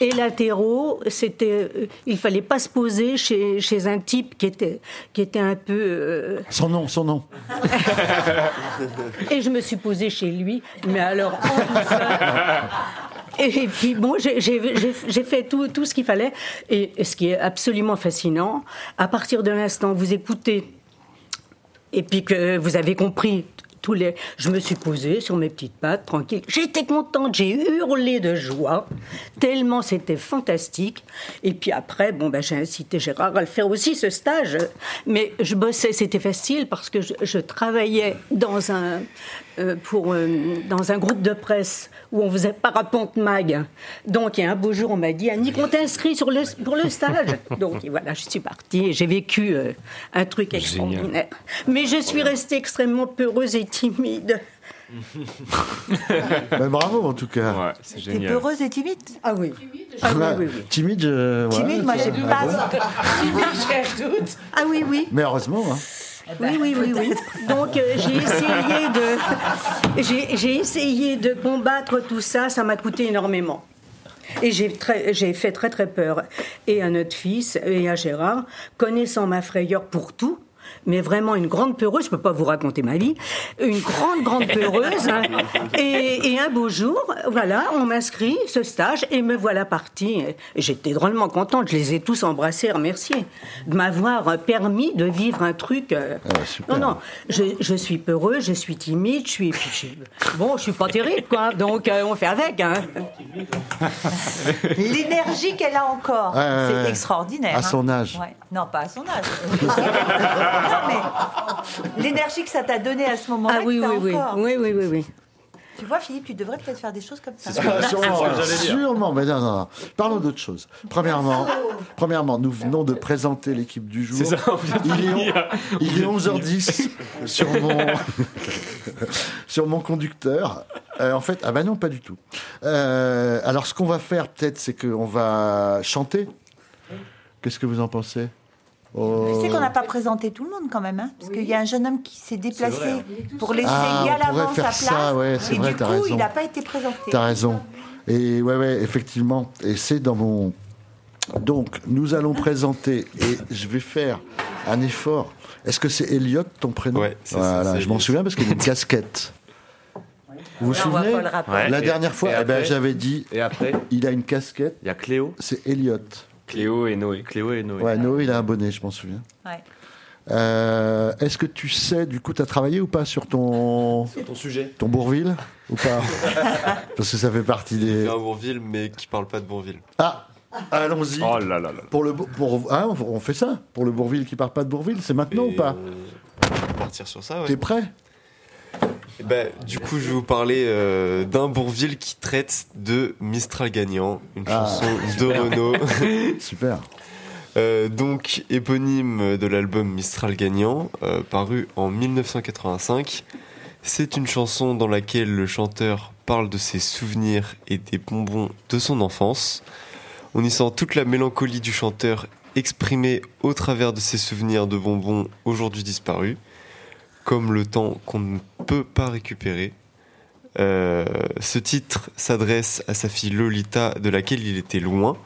et latéraux, c'était, euh, il fallait pas se poser chez, chez un type qui était, qui était un peu. euh, Son nom, son nom. et je me suis posée chez lui, mais alors en Bah, douceur. Et puis bon, j'ai- j'ai j'ai- j'ai fait tout, tout ce qu'il fallait. Et, et ce qui est absolument fascinant, à partir de l'instant où vous écoutez et puis que vous avez compris tous les... Je me suis posée sur mes petites pattes, tranquille. J'étais contente, j'ai hurlé de joie, tellement c'était fantastique. Et puis après, bon, ben, j'ai incité Gérard à le faire aussi, ce stage. Mais je bossais, c'était facile parce que je, je travaillais dans un, euh, pour, euh, dans un groupe de presse où on faisait parapente mag. Donc, il y a un beau jour, on m'a dit, Annick, on t'inscrit sur le, pour le stage. Donc, et voilà, je suis partie et j'ai vécu euh, un truc extraordinaire. Mais je suis restée extrêmement peureuse et timide. Ben, bravo en tout cas. c'est T'es peureuse et timide Ah oui. Ah oui, oui, oui. Timide, je- ouais, Timide, moi, ça- j'ai ah, ouais. pas. Ah oui, oui. Mais heureusement. hein. Oui, oui, oui, oui. Eh ben, Donc euh, j'ai essayé de, j'ai- j'ai essayé de combattre tout ça. Ça m'a coûté énormément. Et j'ai très- j'ai fait très très peur. Et à notre fils et à Gérard, connaissant ma frayeur pour tout. Mais vraiment une grande peureuse, je peux pas vous raconter ma vie, une grande, grande peureuse. hein. Et, et un beau jour, voilà, on m'inscrit ce stage et me voilà partie. Et J'étais drôlement contente, je les ai tous embrassés, remerciés de m'avoir permis de vivre un truc. euh, super. Non, non, je, je suis peureux, je suis timide, je suis. puis je- Bon, je suis pas terrible, quoi, donc euh, on fait avec. hein. L'énergie qu'elle a encore, Ouais, ouais, ouais. c'est extraordinaire. hein. À son âge. Ouais. Non, pas à son âge. Non, mais l'énergie que ça t'a donnée à ce moment-là, Ah oui, que t'as oui, oui. encore. oui, oui, oui, oui. Tu vois, Philippe, tu devrais peut-être faire des choses comme ça. Ah, sûrement, sûrement, mais non, non, non. Parlons d'autre chose. Premièrement, premièrement, nous venons de présenter l'équipe du jour. C'est ça, on vient de il est, on- finir. il est On vient de 11h10 finir. sur mon, sur mon conducteur. Euh, en fait, ah bah non, pas du tout. Euh, alors, ce qu'on va faire, peut-être, c'est qu'on va chanter. Qu'est-ce que vous en pensez Tu Oh. sais qu'on n'a pas présenté tout le monde quand même, hein, parce qu'il y a un jeune homme qui s'est C'est déplacé vrai. hein. pour laisser Ah, on pourrait galamment sa faire place. ça, ouais, c'est et vrai, du t'as coup, raison. il n'a pas été présenté. T'as raison. Et ouais, ouais, effectivement. Et c'est dans mon. Donc, nous allons présenter et je vais faire un effort. Est-ce que c'est Elliot ton prénom Ouais, c'est voilà, ça, c'est je m'en souviens parce qu'il a une casquette. Vous vous Ouais, on va souvenez pas le rappeler. Ouais. La Et- dernière fois, et eh ben, après j'avais dit. Et après Il a une casquette. Il y a Cléo. C'est Elliot. Cléo et Noé. Cléo et Noé. Ouais, Noé, il a un bonnet, je m'en souviens. Ouais. Euh, Est-ce que tu sais, du coup, t'as travaillé ou pas sur ton. Sur ton sujet. Ton Bourville Ou pas Parce que ça fait partie des. un Bourville, mais qui parle pas de Bourville. Ah, allons-y. Oh là là là. Pour le, Bo- pour, hein, on fait ça Pour le Bourville qui part pas de Bourville, c'est maintenant ou pas On va partir sur ça, ouais. T'es prêt Eh ben, du coup, je vais vous parler euh, d'un Bourville qui traite de Mistral gagnant, une Ah, chanson de super. Renaud. Super. Euh, donc éponyme de l'album Mistral Gagnant, euh, paru en 1985. C'est une chanson dans laquelle le chanteur parle de ses souvenirs et des bonbons de son enfance. On y sent toute la mélancolie du chanteur exprimée au travers de ses souvenirs de bonbons aujourd'hui disparus, comme le temps qu'on ne peut pas récupérer. Euh, ce titre s'adresse à sa fille Lolita, de laquelle il était loin.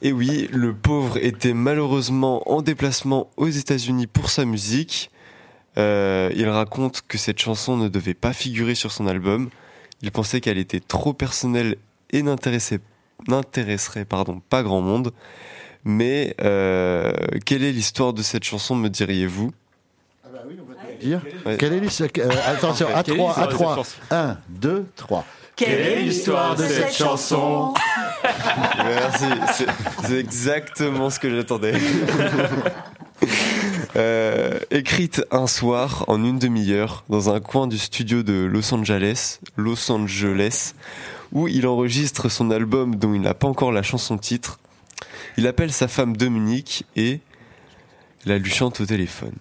Et oui, le pauvre était malheureusement en déplacement aux États-Unis pour sa musique. Euh, il raconte que cette chanson ne devait pas figurer sur son album. Il pensait qu'elle était trop personnelle et n'intéressait- n'intéresserait pardon pas grand monde. Mais euh, quelle est l'histoire de cette chanson, me diriez-vous Dire Ouais. Quelle est l'histoire euh, Attention, à Quelle est 3, à l'histoire de 3. cette chanson 1, 2, 3. Quelle est l'histoire de cette chanson Merci, c'est- c'est exactement ce que j'attendais. Euh, écrite un soir en une demi-heure dans un coin du studio de Los Angeles, Los Angeles, où il enregistre son album dont il n'a pas encore la chanson titre. Il appelle sa femme Dominique et la lui chante au téléphone.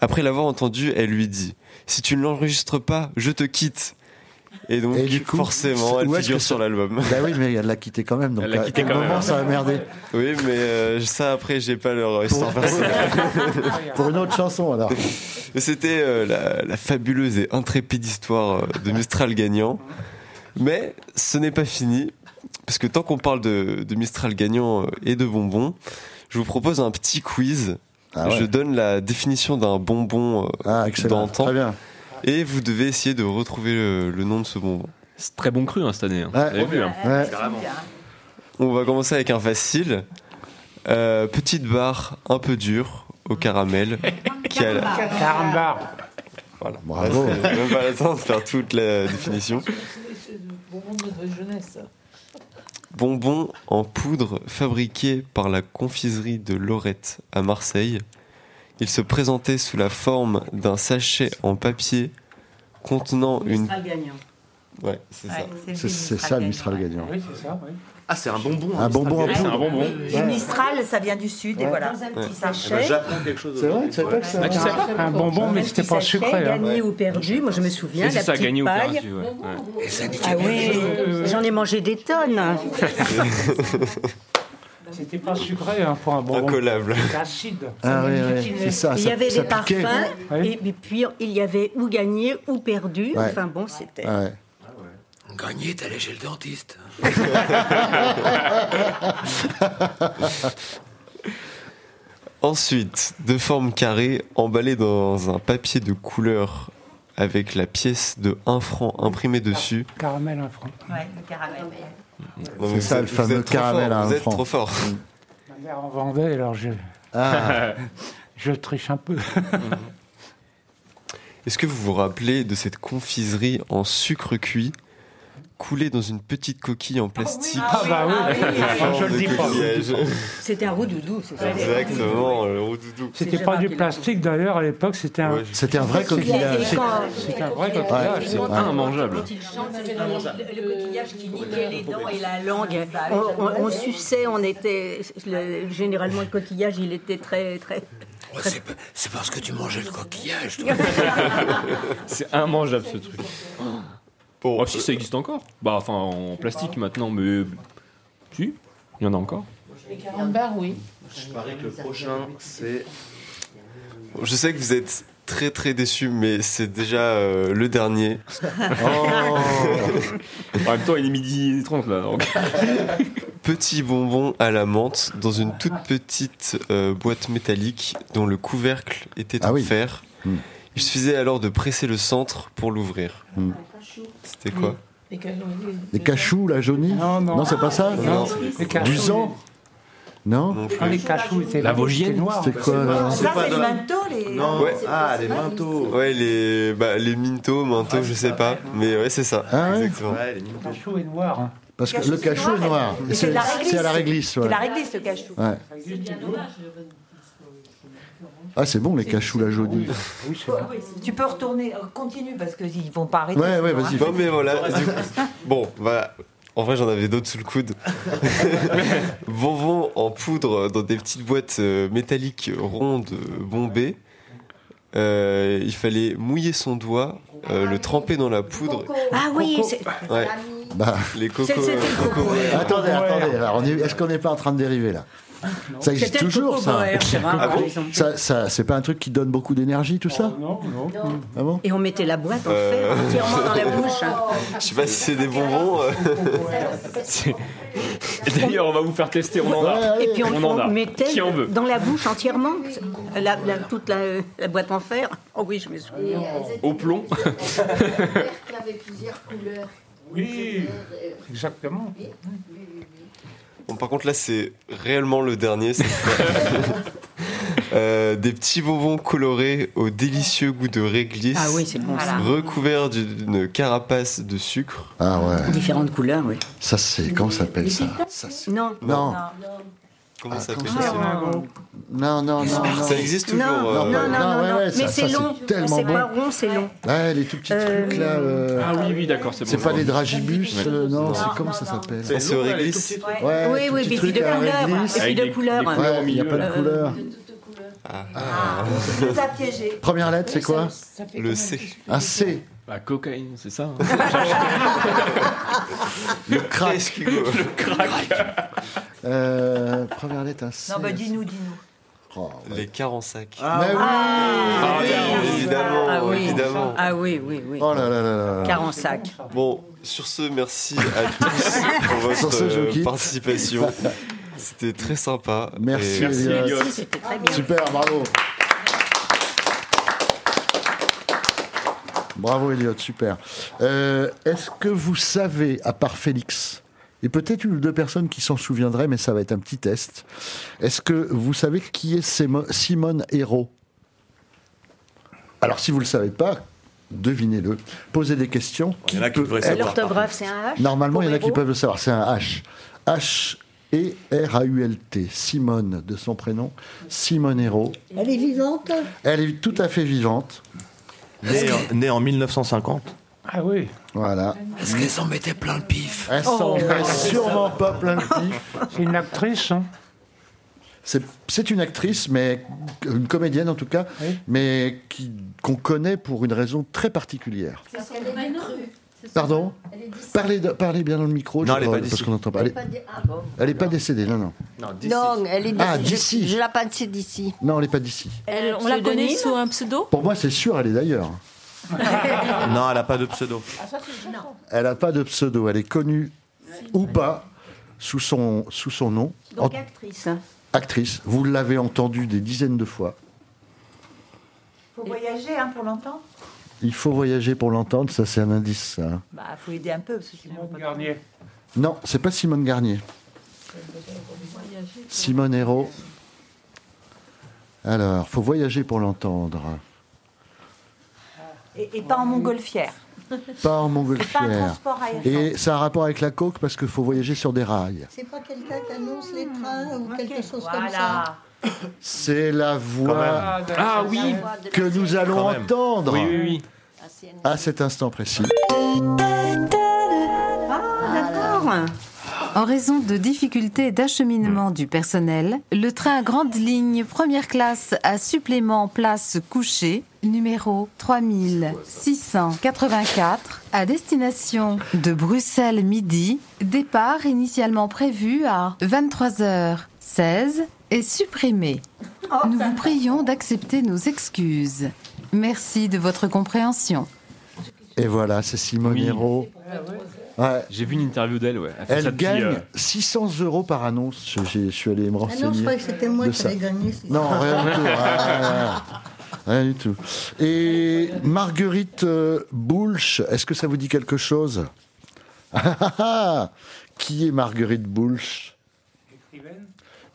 Après l'avoir entendue, elle lui dit Si tu ne l'enregistres pas, je te quitte. Et donc, forcément, elle Où est-ce figure que ça- sur l'album. Bah oui, mais elle l'a quitté quand même. Donc euh, Elle l'a à quitté quel quand moment même. ça a merdé Oui, mais euh, ça après, j'ai pas leur histoire personnelle. Pour une autre chanson alors. Et C'était euh, la, la fabuleuse et intrépide histoire euh, de Mistral gagnant. Mais ce n'est pas fini, parce que tant qu'on parle de, de Mistral gagnant euh, et de bonbons, je vous propose un petit quiz. Ah ouais. Ah, Je donne la définition d'un bonbon euh, excellent. d'antan. Et vous devez essayer de retrouver le, le nom de ce bonbon. C'est très bon cru hein, cette année. hein. Ouais. Vous avez vu hein. Ouais. On va commencer avec un facile. Euh, petite barre un peu dure au caramel. qui a la- Carambar. Voilà. Bravo. J'ai même pas le temps de faire toute la définition. Bonbon de notre jeunesse. Bonbon en poudre fabriqué par la confiserie de Lorette à Marseille. Il se présentait sous la forme d'un sachet en papier contenant une. Mistral gagnant. Ouais, c'est Ouais, c'est le ça. C'est- c'est ça, le Mistral gagnant. gagnant. Oui, c'est ça, oui. Ah, c'est un bonbon. Un hein, bonbon Mistral à gagnant. poudre. Ah, Le Mistral, ça vient du sud, et Ouais. voilà. Dans un petit Eh sachet. ben, J'apprends quelque chose. C'est vrai, tu savais pas que ça- Bah, aujourd'hui. Ah, tu savais pas Un bonbon, mais c'était pas sucré. hein. Gagné ou perdu, moi je me souviens. Oui, c'est la ça, petite gagné ou paille. perdu, ouais. Ah oui, j'en ai mangé des tonnes. C'était pas sucré hein, pour un bonbon. Incollable. C'était acide. Ah oui, oui, c'est ça. euh, il y ça- avait ça les piquait. parfums, et puis- puis il y avait ou gagné ou perdu. Ouais. Enfin bon, c'était. Ah Ouais. Ah Gagné, t'es allé chez le dentiste. Ensuite, de forme carrée, emballée dans un papier de couleur avec la pièce de 1 franc imprimée dessus. Caramel, un franc. Ouais, le caramel. Non, C'est mais ça, vous le êtes- fameux vous êtes trop caramel fort, à un Vous êtes franc. trop fort. Ma mère en vendait, alors je. Ah. je triche un peu. Est-ce que vous vous rappelez de cette confiserie en sucre cuit coulée dans une petite coquille en plastique Ah oui, ah bah oui. Ah oui. En forme Je le de dis pas, je le dis coquillage. C'était un roux-doudou, c'est ça Exactement, le roux-doudou. C'était pas du plastique d'ailleurs à l'époque, c'était un. C'était un vrai coquillage. C'était un vrai coquillage. c'est vrai. immangeable. Quand il chante, c'était le, le- le coquillage qui niquait Euh, les dents et la langue. Bah, On, on- on suçait, on était. le- généralement, le coquillage, il était très. très, très- C'est parce que tu mangeais le coquillage, toi. C'est immangeable ce truc. Ah. Oh, Bon, si ça existe encore. Bah enfin en plastique maintenant, mais si, il y en a encore. Les carambars, oui. Je parie que le prochain, c'est. Je sais que vous êtes très très déçus, mais c'est déjà euh, le dernier. Oh. en même temps, il est midi 30 là. donc. Petit bonbon à la menthe dans une toute petite euh, boîte métallique dont le couvercle était en fer. Il suffisait alors de presser le centre pour l'ouvrir. C'était quoi Les cajoux. Des cachous, la jaunie Non, non. c'est pas ça Non, les cachous. Du sang Non Ah, les cachous étaient La Vosgienne, étaient noirs. C'est quoi là Ça, pas c'est les dans- manteaux, les. Non, Ouais. ah, les manteaux. Ouais, les, bah, les mintos, manteaux, je sais pas. Mais ouais, c'est ça. Ah ouais Exactement. Ouais, les mintos. Cachou et noir. hein. Parce que le cachou est noir. Mais c'est de la réglisse. C'est à la réglisse. C'est de ouais. la réglisse, le cachou. Ouais. Ah, c'est bon les cachous, la jaunie. Ah Tu peux retourner, euh, continue parce qu'ils vont pas arrêter. Ouais, ouais, sinon, vas-y. hein. Non, mais voilà. du coup- bon, bah. En vrai, j'en avais d'autres sous le coude. Bonbons en poudre dans des petites boîtes euh, métalliques rondes euh, bombées. Euh, il fallait mouiller son doigt, euh, le tremper dans la poudre. Ah oui, c'est- Ouais. Les cocos. C'est- c'était le coco. Attendez, attendez. Alors, on est- est-ce qu'on n'est pas en train de dériver là Ça existe C'était le toujours coco ça. boer, c'est vrai, Ah par bon exemple. ça, ça- c'est pas un truc qui donne beaucoup d'énergie tout ça Non, non. Ah bon Et on mettait la boîte en Euh. fer entièrement dans la bouche. hein. Je sais pas si c'est des bonbons. euh. C'est- D'ailleurs, on va vous faire tester. On en a. Et puis on, on en a. on mettait Qui en veut dans la bouche entièrement la- la- toute la, la boîte en fer. Oh oui, je me souviens. Au plomb. Il avait plusieurs couleurs. Euh, Oui, exactement. Bon, par contre, là, c'est réellement le dernier. cette fois. Euh, des petits bonbons colorés au délicieux goût de réglisse. Ah oui, c'est bon, ça. Recouverts d'une carapace de sucre. Ah ouais. Différentes couleurs, oui. Ça, c'est. Comment ça s'appelle ça Non. Non. Comment ça comment s'appelle ça Non, non, non. non. Ça existe toujours. Non, non, non, euh, non, ouais, non. ouais, ça- mais ça, c'est long. tellement C'est bon. pas rond, c'est long. Ouais, les tout petits Euh, trucs là. euh, Ah oui, oui, d'accord, c'est bon. Ah, C'est pas je les vois. dragibus, Ouais. euh, non, c'est comment ça s'appelle C'est- c'est aux réglisses. Ouais, oui, tout oui, petit mais puis truc de à la couleurs. réglisse. Et puis de couleurs. Ouais, il n'y a pas de couleur. Ah. Ah. Première lettre, c'est quoi Le C. Un C. Bah, cocaïne, c'est ça. Le crack. Le crack. Euh, première lettre, un C. Non, bah dis-nous, dis-nous. Les carensacs. Ah, Mais oui, Ah, oui, bien, oui. évidemment, Ah oui. évidemment. Ah oui, oui, oui. Oh là là là là. Carensac. Bon, sur ce, merci à tous pour votre Sur ce, je euh, quitte. participation. C'était très sympa. Merci, Et- Elias. C'était très bien. Super, bravo. Bravo, Elliot, super. Euh, Est-ce que vous savez, à part Félix, et peut-être une ou deux personnes qui s'en souviendraient, mais ça va être un petit test. Est-ce que vous savez qui est Simo- Simone Hérault Alors, si vous ne le savez pas, devinez-le. Posez des questions. Il y en a qui peut devraient être- L'orthographe, c'est un H Normalement, pour il y en a héros qui peuvent le savoir. C'est un H. E H-E-R-A-U-L-T. Simone, de son prénom. Simone Hérault. Elle est vivante Elle est tout à fait vivante. Née en, née en 1950. Ah oui. Oh. Voilà. Est-ce qu'elle s'en mettait plein le pif Elle s'en met sûrement pas plein de pif. C'est une actrice, hein C'est- C'est une actrice, mais une comédienne en tout cas, mais qui- qu'on connaît pour une raison très particulière. Parce qu'elle est crue. Pardon parlez, de- parlez bien dans le micro, Non, elle est pas parce d'ici. qu'on n'entend pas. Elle est- Ah bon Elle n'est pas décédée, non, non. Non, elle est d'ici. Ah, Je- d'ici. Je, la pensais d'ici. Non, elle n'est pas d'ici. Elle- on la connaît sous un pseudo Pour moi, c'est sûr, elle est d'ailleurs. Non, elle n'a pas de pseudo. Elle n'a pas de pseudo, elle est connue ou pas sous son, sous son nom. Donc En- actrice. hein. actrice, vous l'avez entendue des dizaines de fois. Faut voyager hein, pour l'entendre. Il faut voyager pour l'entendre, ça c'est un indice. ça, hein. Bah, faut aider un peu. Parce que sinon, on peut pas- Non, c'est pas Simone Garnier. Simone Hérault. Alors, faut voyager pour l'entendre. Et, et pas en montgolfière. Pas en C'est pas un montgolfière. transport aérien. Et ça a un rapport avec la coke parce qu'il faut voyager sur des rails. C'est pas quelqu'un qui annonce les trains ou quelque chose comme ça Voilà. C'est la voix Ah oui que nous allons Quand même. entendre Oui, oui, oui. à cet instant précis. En raison de difficultés d'acheminement du personnel, le train grande ligne première classe à supplément place couchée numéro 3684 à destination de Bruxelles midi, départ initialement prévu à 23h16 est supprimé. Nous vous prions d'accepter nos excuses. Merci de votre compréhension. Et voilà, c'est Simone Hérault. Ah Ouais. J'ai vu une interview d'elle, ouais. Elle, fait ça Elle depuis, gagne euh, 600 euros par annonce. Je, j'ai- je suis allé me renseigner. Ah non, je croyais que c'était moi Oh, de qui ça. avais gagné. Non, rien du tout. Ah, Rien du tout. Et Marguerite euh, Boulch, est-ce que ça vous dit quelque chose Ah, ah, ah. Qui est Marguerite Boulch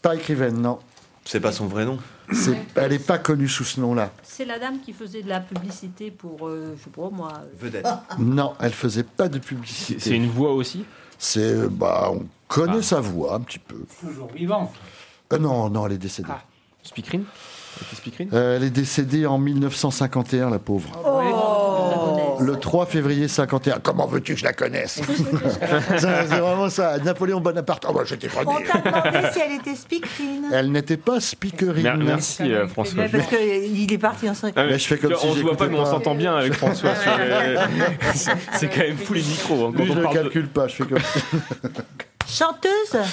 Pas écrivaine, non. C'est pas son vrai nom. C'est- elle n'est pas connue sous ce nom-là. C'est la dame qui faisait de la publicité pour, euh, je sais pas moi. euh, Vedette. Ah, Non, elle faisait pas de publicité. C'est une voix aussi Ah. C'est euh, bah, on connaît sa voix un petit peu. Toujours vivante. Euh, non, non, elle est décédée. Ah. Speakerine Elle était speakerine Euh, elle est décédée en 1951, la pauvre. Le 3 février 51. Comment veux-tu que je la connaisse Ça, C'est vraiment ça. Napoléon Bonaparte. Oh, bah, j'étais pas On né. t'a demandé si elle était speakerine. Elle n'était pas speakerine. Mer- merci, euh, François. Ouais, Eh ben, parce qu'il est parti dans son. Ah, mais je fais comme tu vois, si on se voit j'écoutais pas, mais on pas. s'entend bien avec François. sur les- C'est quand même fou les micros. hein, quand Lui, on je ne parle de- calcule pas. Je fais comme ça. Chanteuse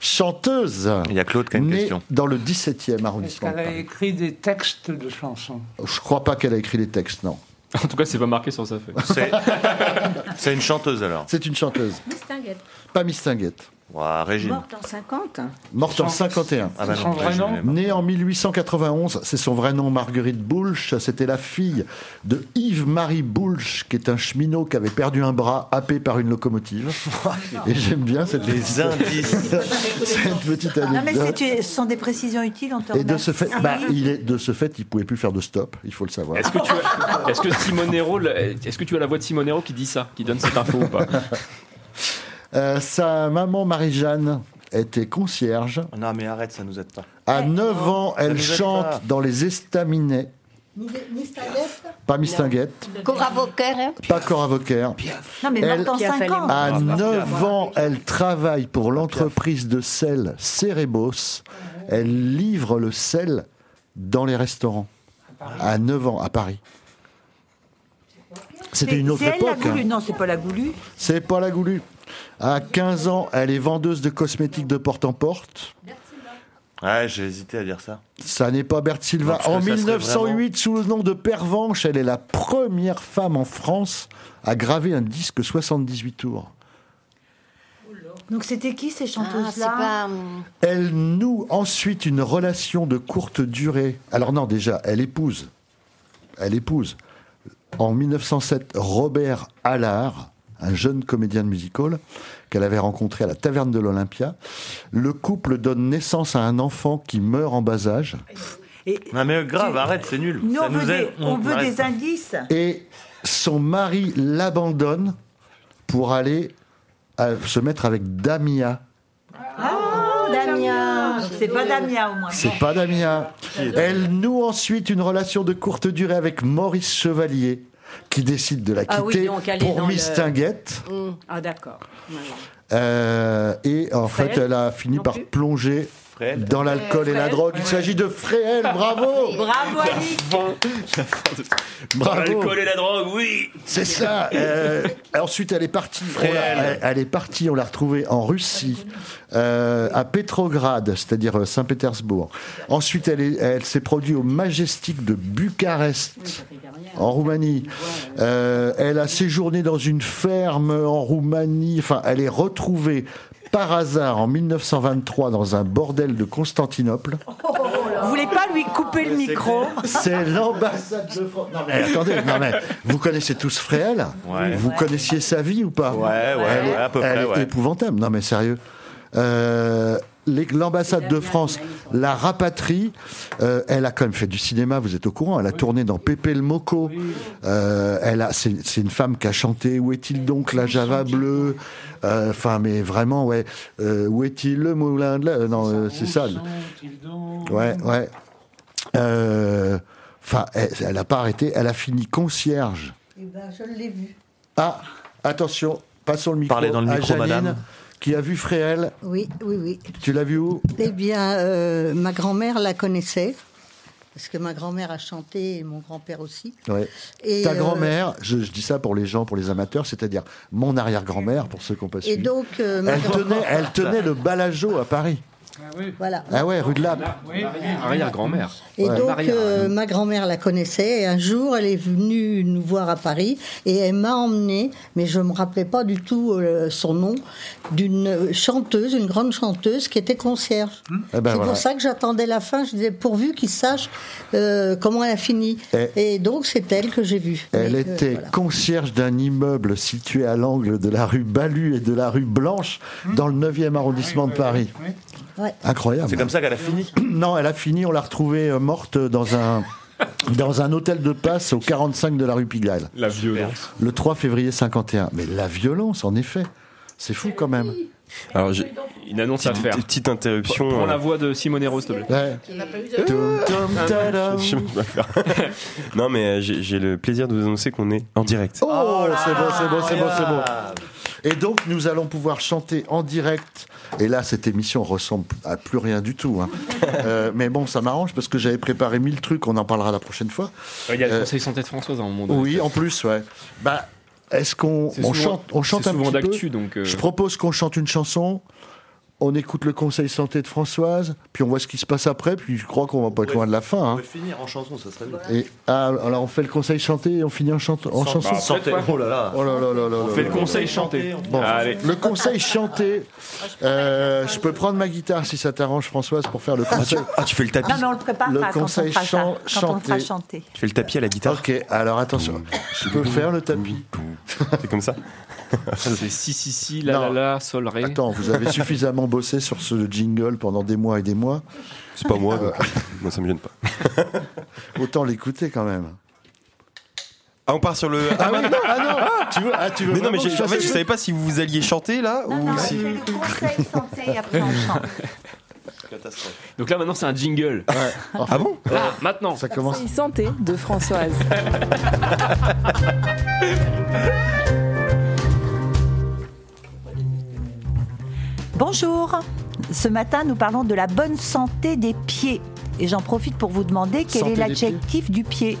Chanteuse. Il y a Claude qui a une née question. Dans le 17e Est-ce arrondissement. de qu'elle a Paris. écrit des textes de chansons Je crois pas qu'elle a écrit les textes, non. En tout cas, c'est pas marqué sur sa feuille. C'est- C'est une chanteuse alors. C'est une chanteuse. Mistinguette. Pas Mistinguette. Ouah, Régine. Morte en 50 Morte en Son- 51. Ah bah non, Son vrai Régine, nom elle est morte. Née en 1891, c'est son vrai nom, Marguerite Boulch. C'était la fille de Yves-Marie Boulch, qui est un cheminot qui avait perdu un bras happé par une locomotive. Et j'aime bien cette Les indices. cette petite Non, Ah, mais anecdote. c'est- ce sont des précisions utiles, on te Et de remercie. ce Ah fait, bah, il est, de ce fait, il pouvait plus faire de stop. Il faut le savoir. Est-ce que tu as, est-ce que Simonero, la- est-ce que tu as la voix de Simonero qui dit ça, qui donne cette info ou pas Euh, sa maman Marie-Jeanne était concierge. Non, mais arrête, ça nous aide pas. À 9 ans, Ça elle nous aide pas. chante dans les estaminets. Pas Mistinguette, Cora Vauquer, hein. pas Cora Vauquer. Non, Ah, mais Elle- Ah, morte en 50 Ah, À 9 ans, elle travaille pour l'entreprise de sel Cerebos. Elle livre le sel dans les restaurants. À 9 ans, à Paris. C'était une autre C'est elle la époque. hein. goulue. Non, c'est pas la goulue. C'est pas la goulue. À 15 ans, elle est vendeuse de cosmétiques de porte en porte. Ouais, j'ai hésité à dire ça. Ça n'est pas Berthe Non, Silva. parce En que ça serait 1908, sous le nom de Pervenche, elle est la première femme en France à graver un disque 78 tours. Donc c'était qui ces chanteuses-là Elle noue ensuite une relation de courte durée. Alors non, déjà, elle épouse. Elle épouse. En 1907, Robert Allard, un jeune comédien de musical qu'elle avait rencontré à la taverne de l'Olympia. Le couple donne naissance à un enfant qui meurt en bas âge. Non, mais grave, arrête, c'est nul. Nous, ça on veut, nous des, aide. on veut arrête. des indices. Et son mari l'abandonne pour aller euh, se mettre avec Damia. Oh, Damien C'est pas Damien, au moins. C'est pas Damien. Elle noue ensuite une relation de courte durée avec Maurice Chevalier, qui décide de la quitter Ah oui, donc elle est pour dans le- Mistinguette. Mm. Ah d'accord. Voilà. Euh, et en Fred, fait, elle a fini par plonger dans l'alcool et la Fred. drogue. Il s'agit de Fréhel, bravo Bravo, Alice Bravo. L'alcool et la drogue, oui C'est ça. euh, ensuite, elle est partie. on l'a- Oh elle, elle est partie. On l'a retrouvée en Russie, euh, à Petrograd, c'est-à-dire euh, Saint-Pétersbourg. Ensuite, elle, est- elle s'est produite au Majestic de Bucarest, en Roumanie. Euh, elle a séjourné dans une ferme en Roumanie. Enfin, elle est retrouvée par hasard en 1923 dans un bordel de Constantinople. Vous voulez pas lui couper le micro C'est l'ambassade de France. Non, Mais attendez, non mais vous connaissez tous Fréhel Ouais. Vous connaissiez sa vie ou pas Ouais, ouais, Elle est- ouais, à peu près, Elle est ouais. épouvantable. Non mais sérieux. Euh, les- L'ambassade de France la rapatrie. Euh, elle a quand même fait du cinéma, vous êtes au courant. Elle a tourné dans Pépé le Moco. Euh, elle a, c'est c'est une femme qui a chanté Où est-il donc la Java bleue Euh, Enfin, mais vraiment, ouais. Euh, où est-il le moulin de la... euh, Non, euh, c'est ça. Ouais, ouais. Euh, Enfin, elle n'a pas arrêté. Elle a fini concierge. Eh ben, je l'ai vu. Ah, attention, passons le micro. Parlez dans le à micro, Janine, madame. Qui a vu Fréhel. Oui, oui, oui. Tu l'as vu où Eh bien, euh, ma grand-mère la connaissait, parce que ma grand-mère a chanté et mon grand-père aussi. Ouais. Et, Ta euh, grand-mère, je, je dis ça pour les gens, pour les amateurs, c'est-à-dire mon arrière-grand-mère, pour ceux qui ont pas Et suivi. donc, euh, ma elle, tenait, grand-mère- elle tenait le balajo à Paris. Voilà. Ah ouais, rue de Lappe. Arrière-grand-mère. Et Ouais. donc, Maria. hein. euh, ma grand-mère la connaissait. Et un jour, elle est venue nous voir à Paris et elle m'a emmenée, mais je ne me rappelais pas du tout euh, son nom, d'une chanteuse, une grande chanteuse qui était concierge. Eh ben C'est voilà. pour ça que j'attendais la fin. Je disais, pourvu qu'ils sachent euh, comment elle a fini. Et- Et, donc, c'est elle que j'ai vue. Eh. Elle Mais, euh, était voilà. concierge d'un immeuble situé à l'angle de la rue Balu et de la rue Blanche, dans le 9e arrondissement de Paris. Ouais. Incroyable. C'est comme ça qu'elle a fini. Non, elle a fini, on l'a retrouvée euh, morte dans un, dans un hôtel de passe au 45 de la rue Pigalle. La violence. Le 3 février 51. Mais la violence, en effet. C'est fou quand même. Alors, j'ai une annonce à faire. Petite interruption. Prends euh, la voix de Simonero, s'il te plaît. Ouais. Tum, tum, Ah, tadam. Je sais pas comment faire. non, mais euh, j'ai j'ai le plaisir de vous annoncer qu'on est en direct. Oh, c'est beau, c'est beau, c'est beau, c'est beau. Et donc, nous allons pouvoir chanter en direct. Et là, cette émission ressemble à plus rien du tout. hein. Euh, mais bon, ça m'arrange parce que j'avais préparé mille trucs, on en parlera la prochaine fois. Il y a le Euh, conseil santé de Françoise à un moment donné. Oui, en plus, ouais. Bah, est-ce qu'on C'est on souvent- chante, on chante c'est un souvent petit peu d'actu, donc, euh. Je propose qu'on chante une chanson on écoute le conseil santé de Françoise, puis on voit ce qui se passe après, puis je crois qu'on va pas être loin de la fin. On hein. peut finir en chanson, ça serait bien. Et ah, alors on fait le conseil chanté et on finit en, chante- en Sans- chanson. bah, Santé. Oh là là. Oh là là là là On là fait là le là conseil là. chanté. Ah, Bon, Allez. le conseil chanté. euh, je peux prendre ma guitare si ça t'arrange, Françoise, pour faire le conseil. Ah, tu fais le tapis. Non, mais on le prépare pas quand on conseil fera ça, chan- quand on le fera chanté. chanter. Tu fais le tapis à la guitare. Ok, alors attention. Je peux faire le tapis. C'est comme ça. C'est si, si, si, la, la, Non. la, sol, ré. Attends, vous avez suffisamment bossé sur ce jingle pendant des mois et des mois. Ah. C'est pas moi, donc, moi ça me gêne pas. Autant l'écouter quand même. Ah, on part sur le. Ah oui, non, ah non, tu veux, ah, tu veux mais non, mais vraiment j'ai- que je en fait, fasse je le savais pas si vous alliez chanter là ou si. Catastrophe. Donc là, maintenant, c'est un jingle. Ah bon Là, maintenant. Ça Conseil santé de Françoise. Bonjour. Ce matin, nous parlons de la bonne santé des pieds. Et j'en profite pour vous demander quel Santé est des l'adjectif du pied.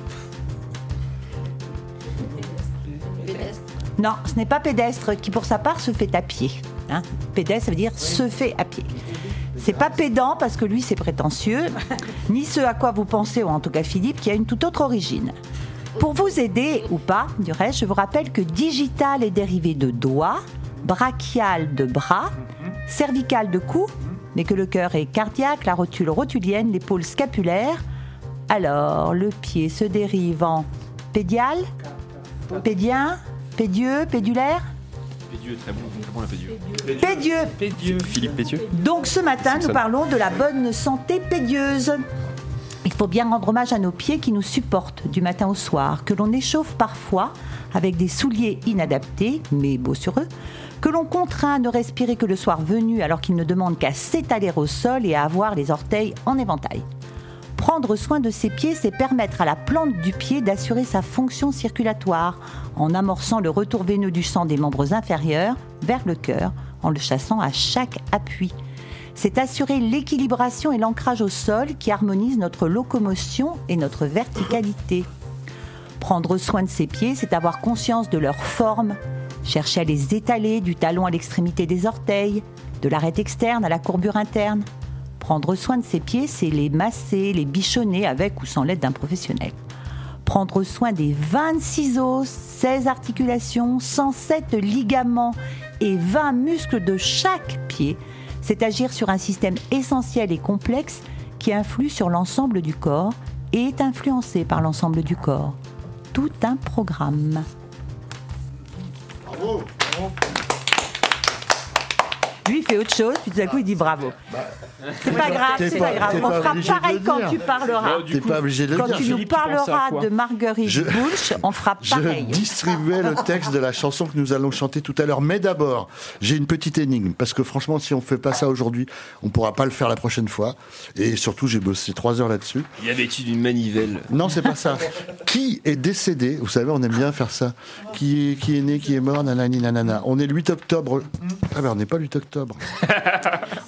Non, ce n'est pas pédestre qui, pour sa part, se fait à pied. hein. Pédestre, ça veut dire se fait à pied. C'est pas pédant parce que lui, c'est prétentieux, ni ce à quoi vous pensez, ou en tout cas Philippe, qui a une toute autre origine. Pour vous aider ou pas, du reste, je vous rappelle que digital est dérivé de doigt, brachial de bras, cervical de cou, mais que le cœur est cardiaque, la rotule rotulienne, l'épaule scapulaire. Alors, le pied se dérive en pédial, pédien, pédieux, pédulaire Pédieu, très bon, très bon la Pédieu. Pédieux. Philippe Pétieux Donc ce matin, nous Simpson. parlons de la bonne santé pédieuse. Il faut bien rendre hommage à nos pieds qui nous supportent du matin au soir, que l'on échauffe parfois avec des souliers inadaptés, mais beaux sur eux, que l'on contraint à ne respirer que le soir venu alors qu'ils ne demandent qu'à s'étaler au sol et à avoir les orteils en éventail. Prendre soin de ses pieds, c'est permettre à la plante du pied d'assurer sa fonction circulatoire en amorçant le retour veineux du sang des membres inférieurs vers le cœur en le chassant à chaque appui. C'est assurer l'équilibration et l'ancrage au sol qui harmonisent notre locomotion et notre verticalité. Prendre soin de ses pieds, c'est avoir conscience de leur forme, chercher à les étaler du talon à l'extrémité des orteils, de l'arête externe à la courbure interne. Prendre soin de ses pieds, c'est les masser, les bichonner avec ou sans l'aide d'un professionnel. Prendre soin des 26 os, 16 articulations, 107 ligaments et 20 muscles de chaque pied, c'est agir sur un système essentiel et complexe qui influe sur l'ensemble du corps et est influencé par l'ensemble du corps. Tout un programme. Bravo, bravo. Lui, il fait autre chose, puis tout à coup, il dit bravo. Bah. C'est pas grave, T'es c'est pas- pas grave. t'es On pas fera obligé de le pareil quand dire. tu parleras. Non, du T'es coup, pas obligé de le quand dire. tu nous Philippe, tu penses à parleras quoi de Marguerite Je- Bulch, on fera pareil. Je distribuais le texte de la chanson que nous allons chanter tout à l'heure. Mais d'abord, j'ai une petite énigme. Parce que franchement, si on fait pas ça aujourd'hui, on pourra pas le faire la prochaine fois. Et surtout, j'ai bossé trois heures là-dessus. Y avait-il une manivelle Non, c'est pas ça. qui est décédé Vous savez, on aime bien faire ça. Qui est, qui est né, qui est mort, nanani, nanana. On est le 8 octobre. Ah ben, on n'est pas le 8 octobre.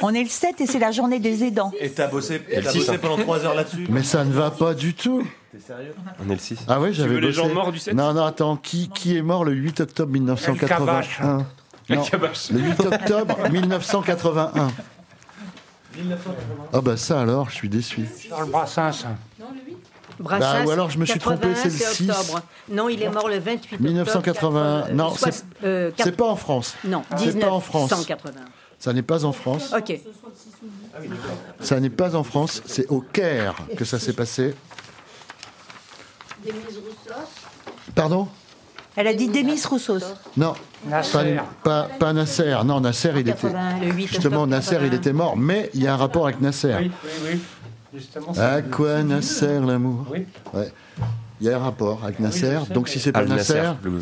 On est le 7 et c'est la journée des aidants. Et t'as bossé, Et t'as le six, bossé hein. pendant 3 heures là-dessus Mais ça ne va pas du tout. T'es sérieux On est le 6. Ah ouais, Tu j'avais veux les bossé. gens morts du 7? Non, non, attends. Qui, qui est mort le 8 octobre 1981 El Non, Kabash. Le 8 octobre 1981. Ah bah ça alors, je suis déçu. Charles Brassens. Bah, ou alors je me suis trompé, c'est le 6. octobre. Non, il est mort le 28 octobre. 1981. Non, Soit- c'est euh, c'est pas en France. Non, c'est pas en France. 1981. Ça n'est pas en France. Ok. Ça n'est pas en France. C'est au Caire que ça s'est passé. Des mises roussos. Pardon Elle a dit Demis Roussos. Non. Nasser. Pas, pas, pas Nasser. Non, Nasser, il était. 80, le 8 Justement, octobre Nasser, il 80. était mort. Mais il y a un rapport avec Nasser. Oui, oui, oui. Justement, c'est- hein. À quoi Nasser l'amour Oui. Ouais. Il y a un rapport avec Nasser. je sais, Donc mais- si c'est pas Al Nasser, Nasser, le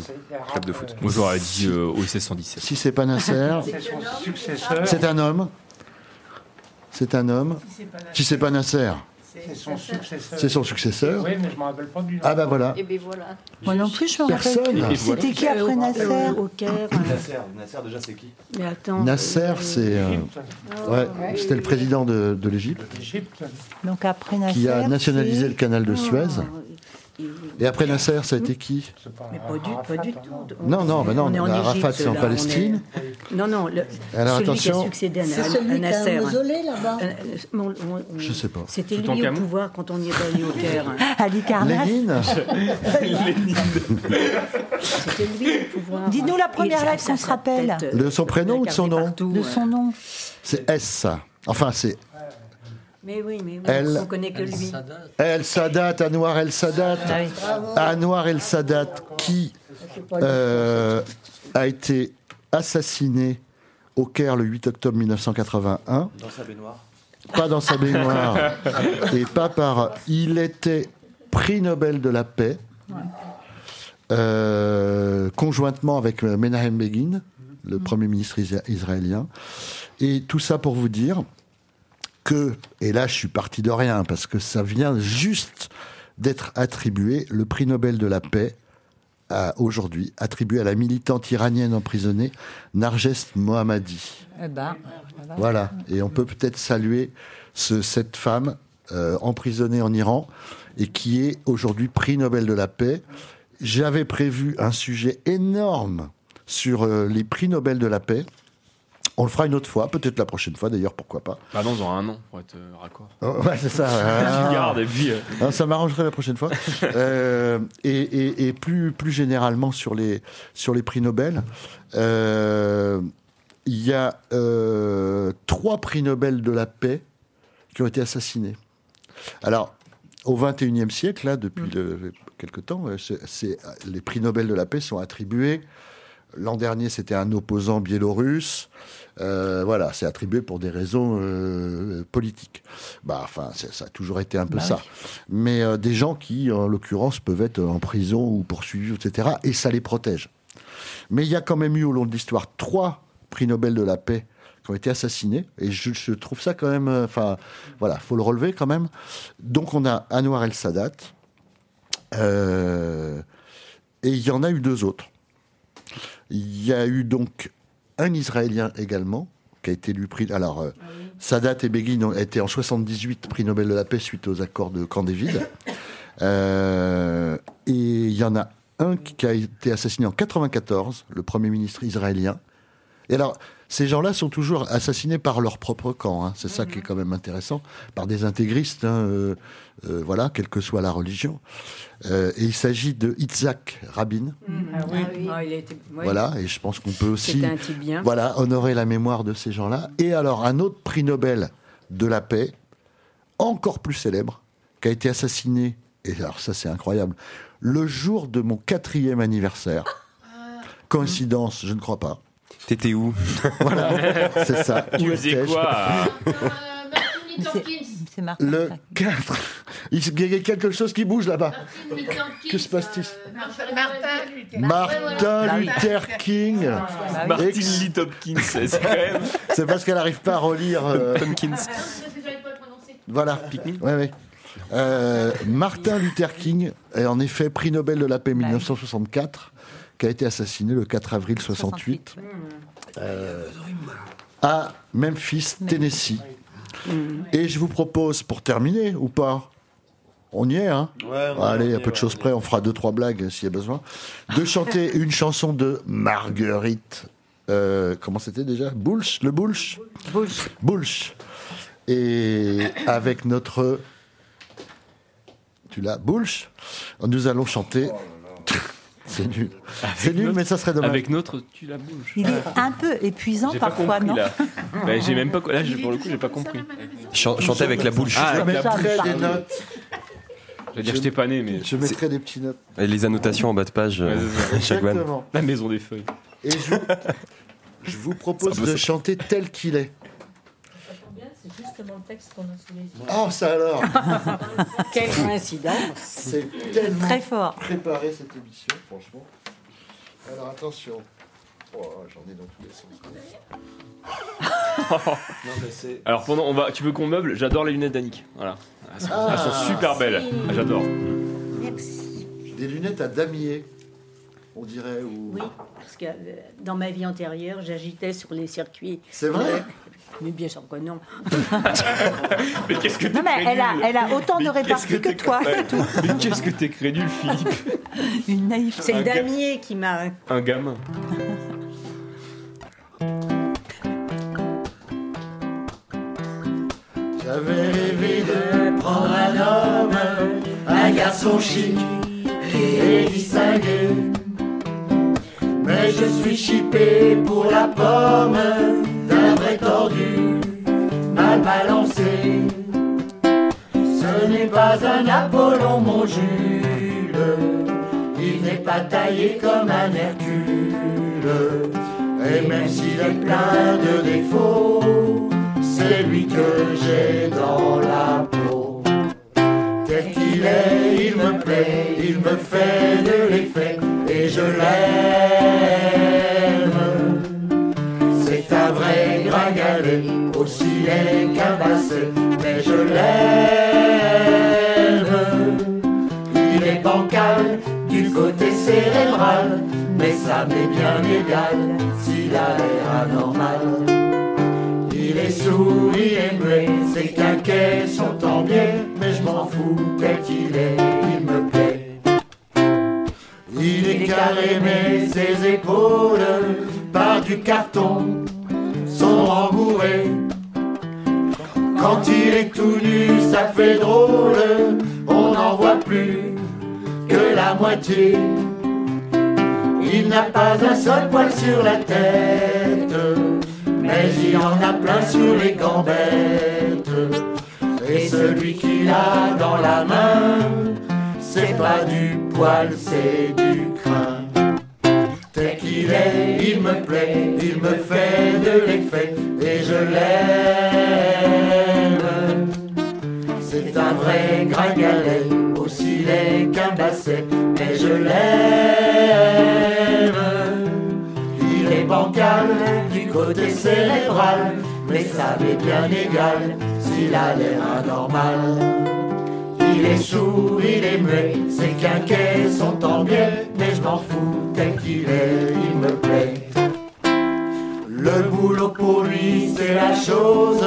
club de foot. Moi, j'aurais dit euh, OSS 117. si c'est pas Nasser, C'est son successeur. c'est un homme. C'est un homme. Si c'est pas Nasser, C'est son successeur. Eh ben, c'est son successeur. Oui, mais je me rappelle pas du nom. Ah bah voilà. Et bien voilà. Moi non plus, je me rappelle. Personne. plus. Et voilà. C'était qui Euh, après Nasser euh, Au Caire. Nasser, Nasser déjà c'est qui Mais attends. Nasser, c'est euh, ouais, c'était le président de, de l'Égypte Donc après Nasser. qui a nationalisé c'est- Oh. Ah, le canal de Suez. Et après Nasser, ça a été qui Mais pas du, pas hein, du tout. Non, non, bah non, on est en bah, Arafat, Égypte, c'est en là, on Palestine. est- Non, non, le- celui Alors, qui attention. a succédé à, C'est à- celui à qui a un Nasser. mausolée, là-bas Euh, euh, on- on- on- Je sais pas. C'était Tout en lui au camon pouvoir quand on y est allé au Caire. Ali Carnac. Lénine C'était lui au pouvoir. Dis-nous la première Il- lettre qu'on se rappelle. De son prénom ou de son nom De son nom. C'est S, ça. Enfin, c'est Mais oui, mais oui, Elle- on connaît que lui. El Sadat, Anwar El Sadat. Ah Anwar El Sadat qui euh, a été assassiné au Caire le 8 octobre 1981. Dans sa baignoire. Pas dans sa baignoire et pas par. Il était prix Nobel de la paix. euh, conjointement avec euh, Menahem Begin, le premier ministre isa- israélien. Et tout ça pour vous dire que, et là je suis parti de rien, parce que ça vient juste d'être attribué, le prix Nobel de la paix, à- aujourd'hui, attribué à la militante iranienne emprisonnée, Narges Mohammadi. Eh ben, Voilà, et on peut peut-être saluer ce- cette femme euh, emprisonnée en Iran et qui est aujourd'hui prix Nobel de la paix. J'avais prévu un sujet énorme sur euh, les prix Nobel de la paix. On le fera une autre fois, peut-être la prochaine fois d'ailleurs, pourquoi pas. Bah non, dans un an, pour être euh, raccord. Oh, ouais, c'est ça. Tu gardes, et puis, euh. Non, ça m'arrangerait la prochaine fois. Euh, et et- et plus, plus généralement sur les, sur les prix Nobel, euh, il y a euh, trois prix Nobel de la paix qui ont été assassinés. Alors, au XXIe siècle, là, depuis le- quelque temps, euh, c'est- c'est- les prix Nobel de la paix sont attribués. L'an dernier, c'était un opposant biélorusse. Euh, voilà, c'est attribué pour des raisons euh, politiques. Bah, enfin, c'est- ça a toujours été un peu Bah ça. Mais euh, des gens qui, en l'occurrence, peuvent être en prison ou poursuivis, etc. Et ça les protège. Mais il y a quand même eu au long de l'histoire trois prix Nobel de la paix qui ont été assassinés. Et je, je trouve ça quand même. euh, Enfin, voilà, faut le relever quand même. Donc on a Anwar El Sadat. euh, et il y en a eu deux autres. Il y a eu donc un Israélien également qui a été élu prix. Alors, euh, Sadat et Begin ont été en 78 prix Nobel de la paix suite aux accords de Camp David. Euh, et il y en a un qui a été assassiné en 94, le premier ministre israélien. Et alors, ces gens-là sont toujours assassinés par leur propre camp. hein. C'est ça qui est quand même intéressant, par des intégristes, hein, euh, euh, voilà, quelle que soit la religion. Euh, et il s'agit de Yitzhak Rabin. Ah oui. Ah, il a été- oui. Voilà, et je pense qu'on peut aussi C'était un type bien. voilà, honorer la mémoire de ces gens-là. Et alors, un autre prix Nobel de la paix, encore plus célèbre, qui a été assassiné, et alors ça c'est incroyable, le jour de mon quatrième anniversaire. Coïncidence, je ne crois pas. T'étais où Voilà, c'est ça. Tu Où faisais étais-je quoi Martini Tompkins. C'est Martin. Le 4. Il s- il y a quelque chose qui bouge là-bas. Martini Tompkins. Que se passe-t-il Martin Martin Luther Bah Martin Luther King. Martin Ex- Lee Hopkins, c'est quand même. C'est parce qu'elle n'arrive pas à relire. euh, Voilà. Ouais, ouais. Euh, Martin Luther King est en effet prix Nobel de la paix 1964, qui a été assassiné le 4 avril 68 euh, à Memphis, Tennessee. Et je vous propose, pour terminer ou pas, on y est, hein Ouais, on Allez, y à peu est, de choses près, on fera deux trois blagues euh, s'il y a besoin. De chanter une chanson de Marguerite. euh, comment c'était déjà Bulch, le Bulch. Bulch. Et avec notre, tu l'as, Bulch. Nous allons chanter. C'est nul. C'est nul, mais ça serait dommage. Avec notre, tu la bouges. Il est un peu épuisant J'ai pas parfois, compris non là. Bah, j'ai même pas. Là, j'ai- pour le coup, j'ai pas compris. chanter avec la bouche. Ah, Je avec la mettrai bouche. des notes. J'allais dire, je t'ai pas né, mais. Je mettrai des petites notes. Et les annotations en bas de page, euh, chaque vanne. Exactement. La maison des feuilles. Et je vous, je vous propose Ça me de saoule. chanter tel qu'il est. C'est justement le texte qu'on a sous les yeux. Oh, ça alors Quelle coïncidence C'est tellement Très fort. préparé cette émission, franchement. Alors attention. Oh, j'en ai dans tous les sens. Alors pendant, on va. Tu veux qu'on meuble J'adore les lunettes d'Annick. Voilà. Elles sont, Ah. elles sont super belles. Ah, J'adore. Des lunettes à damier, on dirait. Ou... Oui, parce que euh, dans ma vie antérieure, j'agitais sur les circuits. C'est vrai Euh, Mais bien sûr que non. Mais qu'est-ce que t'es Non, mais elle a- crédule. elle a autant de Mais qu'est-ce répartie que t'es- toi, c'est tout. Mais qu'est-ce que t'es crédule, Philippe Une naïve. C'est Un le gars- damier qui m'a. Un gamin. J'avais rêvé de prendre un homme, un garçon chic et distingué. Mais je suis chippé pour la pomme d'un vrai tordu, mal balancé. Ce n'est pas un Apollon, mon Jules, il n'est pas taillé comme un Hercule. Et même s'il est plein de défauts, c'est lui que j'ai dans la peau. Tel qu'il est, il me plaît, il me fait de l'effet et je l'aime. C'est un vrai gringalet, aussi laid qu'un basset, mais je l'aime. Il est bancal du côté cérébral, mais ça m'est bien égal s'il a l'air anormal. Il est sourd, il est muet, ses quinquets sont en biais, mais je m'en fous tel qu'il est, il me plaît. Il est carré, mais ses épaules par du carton sont rembourrées. Quand il est tout nu, ça fait drôle, on n'en voit plus que la moitié. Il n'a pas un seul poil sur la tête mais il y en a plein sur les gambettes. Et celui qu'il a dans la main, c'est pas du poil, c'est du crin. Tel qu'il est, il me plaît, il me fait de l'effet, et je l'aime. C'est un vrai gringalet, aussi laid qu'un basset, mais je l'aime. Il est bancal du côté cérébral, mais ça m'est bien égal s'il a l'air anormal. Il est sourd, il est muet, ses quinquets sont en biais, mais je m'en fous tel qu'il est, il me plaît. Le boulot pour lui, c'est la chose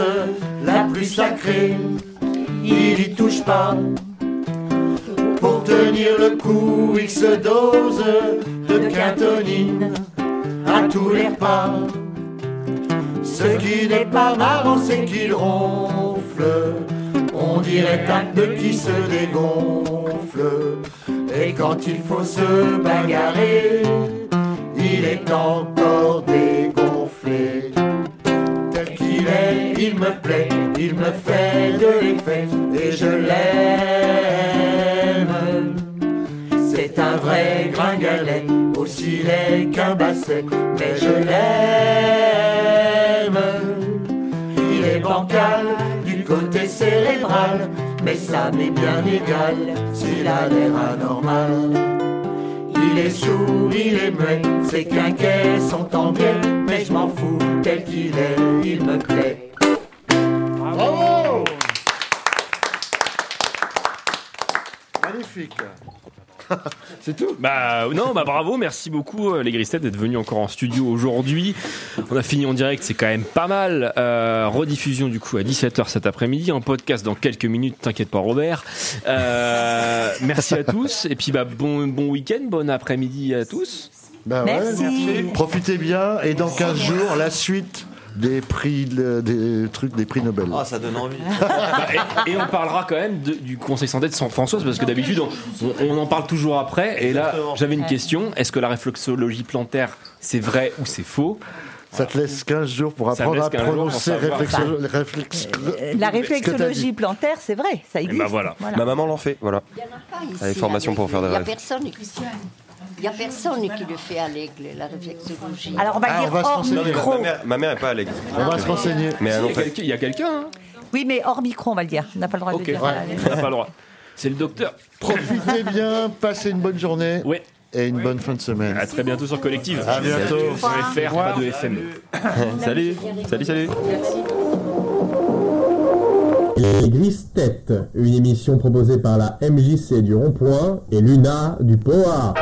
la plus sacrée, il y touche pas. Pour tenir le coup, il se dose de quintonine à tous les pas. Ce qui n'est pas marrant, c'est qu'il ronfle. On dirait un pneu qui se dégonfle. Et quand il faut se bagarrer, il est encore dégonflé. Tel qu'il est, il me plaît, il me fait de l'effet, et je l'aime. C'est un vrai gringalet, aussi laid qu'un basset, mais je l'aime. Il est bancal du côté cérébral, mais ça m'est bien égal s'il a l'air anormal. Il est sourd, il est muet, ses quinquets sont en biais, mais je m'en fous tel qu'il est, il me plaît. Bravo Magnifique. C'est tout Bah non, bah bravo, merci beaucoup euh, les Gristettes d'être venus encore en studio aujourd'hui. On a fini en direct, c'est quand même pas mal. Euh, rediffusion du coup à 17h cet après-midi, en podcast dans quelques minutes, t'inquiète pas Robert. Euh, merci à tous, et puis bah bon, bon week-end, bon après-midi à tous. Ben ouais, Profitez bien et dans 15 jours, la suite des prix, le- des trucs, des prix Nobel. Ah, ça donne envie. Bah, et, et on parlera quand même de- du Conseil sans dette sans Françoise parce que d'habitude on, on- on en parle toujours après. Et là, j'avais une question est-ce que la réflexologie plantaire c'est vrai ou c'est faux Ça te laisse 15 jours pour Ça me apprendre à laisse qu'un jour pour prononcer savoir. réflexo- Enfin, réflex- ce Euh, La que t'as dit. Bah, réflexologie plantaire, c'est vrai, Eh ça ben existe. Ma maman l'en fait, voilà. ici, Elle a des formations pour faire des Il n'y a rêves. personne qui... Il y a personne qui le fait à l'aigle, la réflexologie. Alors, on va Ah, dire se hors renseigner. Non, mais micro. Ma mère, ma mère est pas à l'aigle. On va se renseigner. Mais Si, elle en il y a fait. quelqu'un- il y a quelqu'un, hein Oui, mais hors micro, on va le dire. On n'a pas le droit Ok, de le dire. ouais, on n'a pas le droit. C'est le docteur. Profitez bien, passez une bonne journée et une bonne fin de semaine. À très bientôt sur Collective. À bientôt. Sur FR, pas de FM. Salut, salut, salut. Les Grises Têtes, une émission proposée par la MJC du Rond-Point et Luna du POA.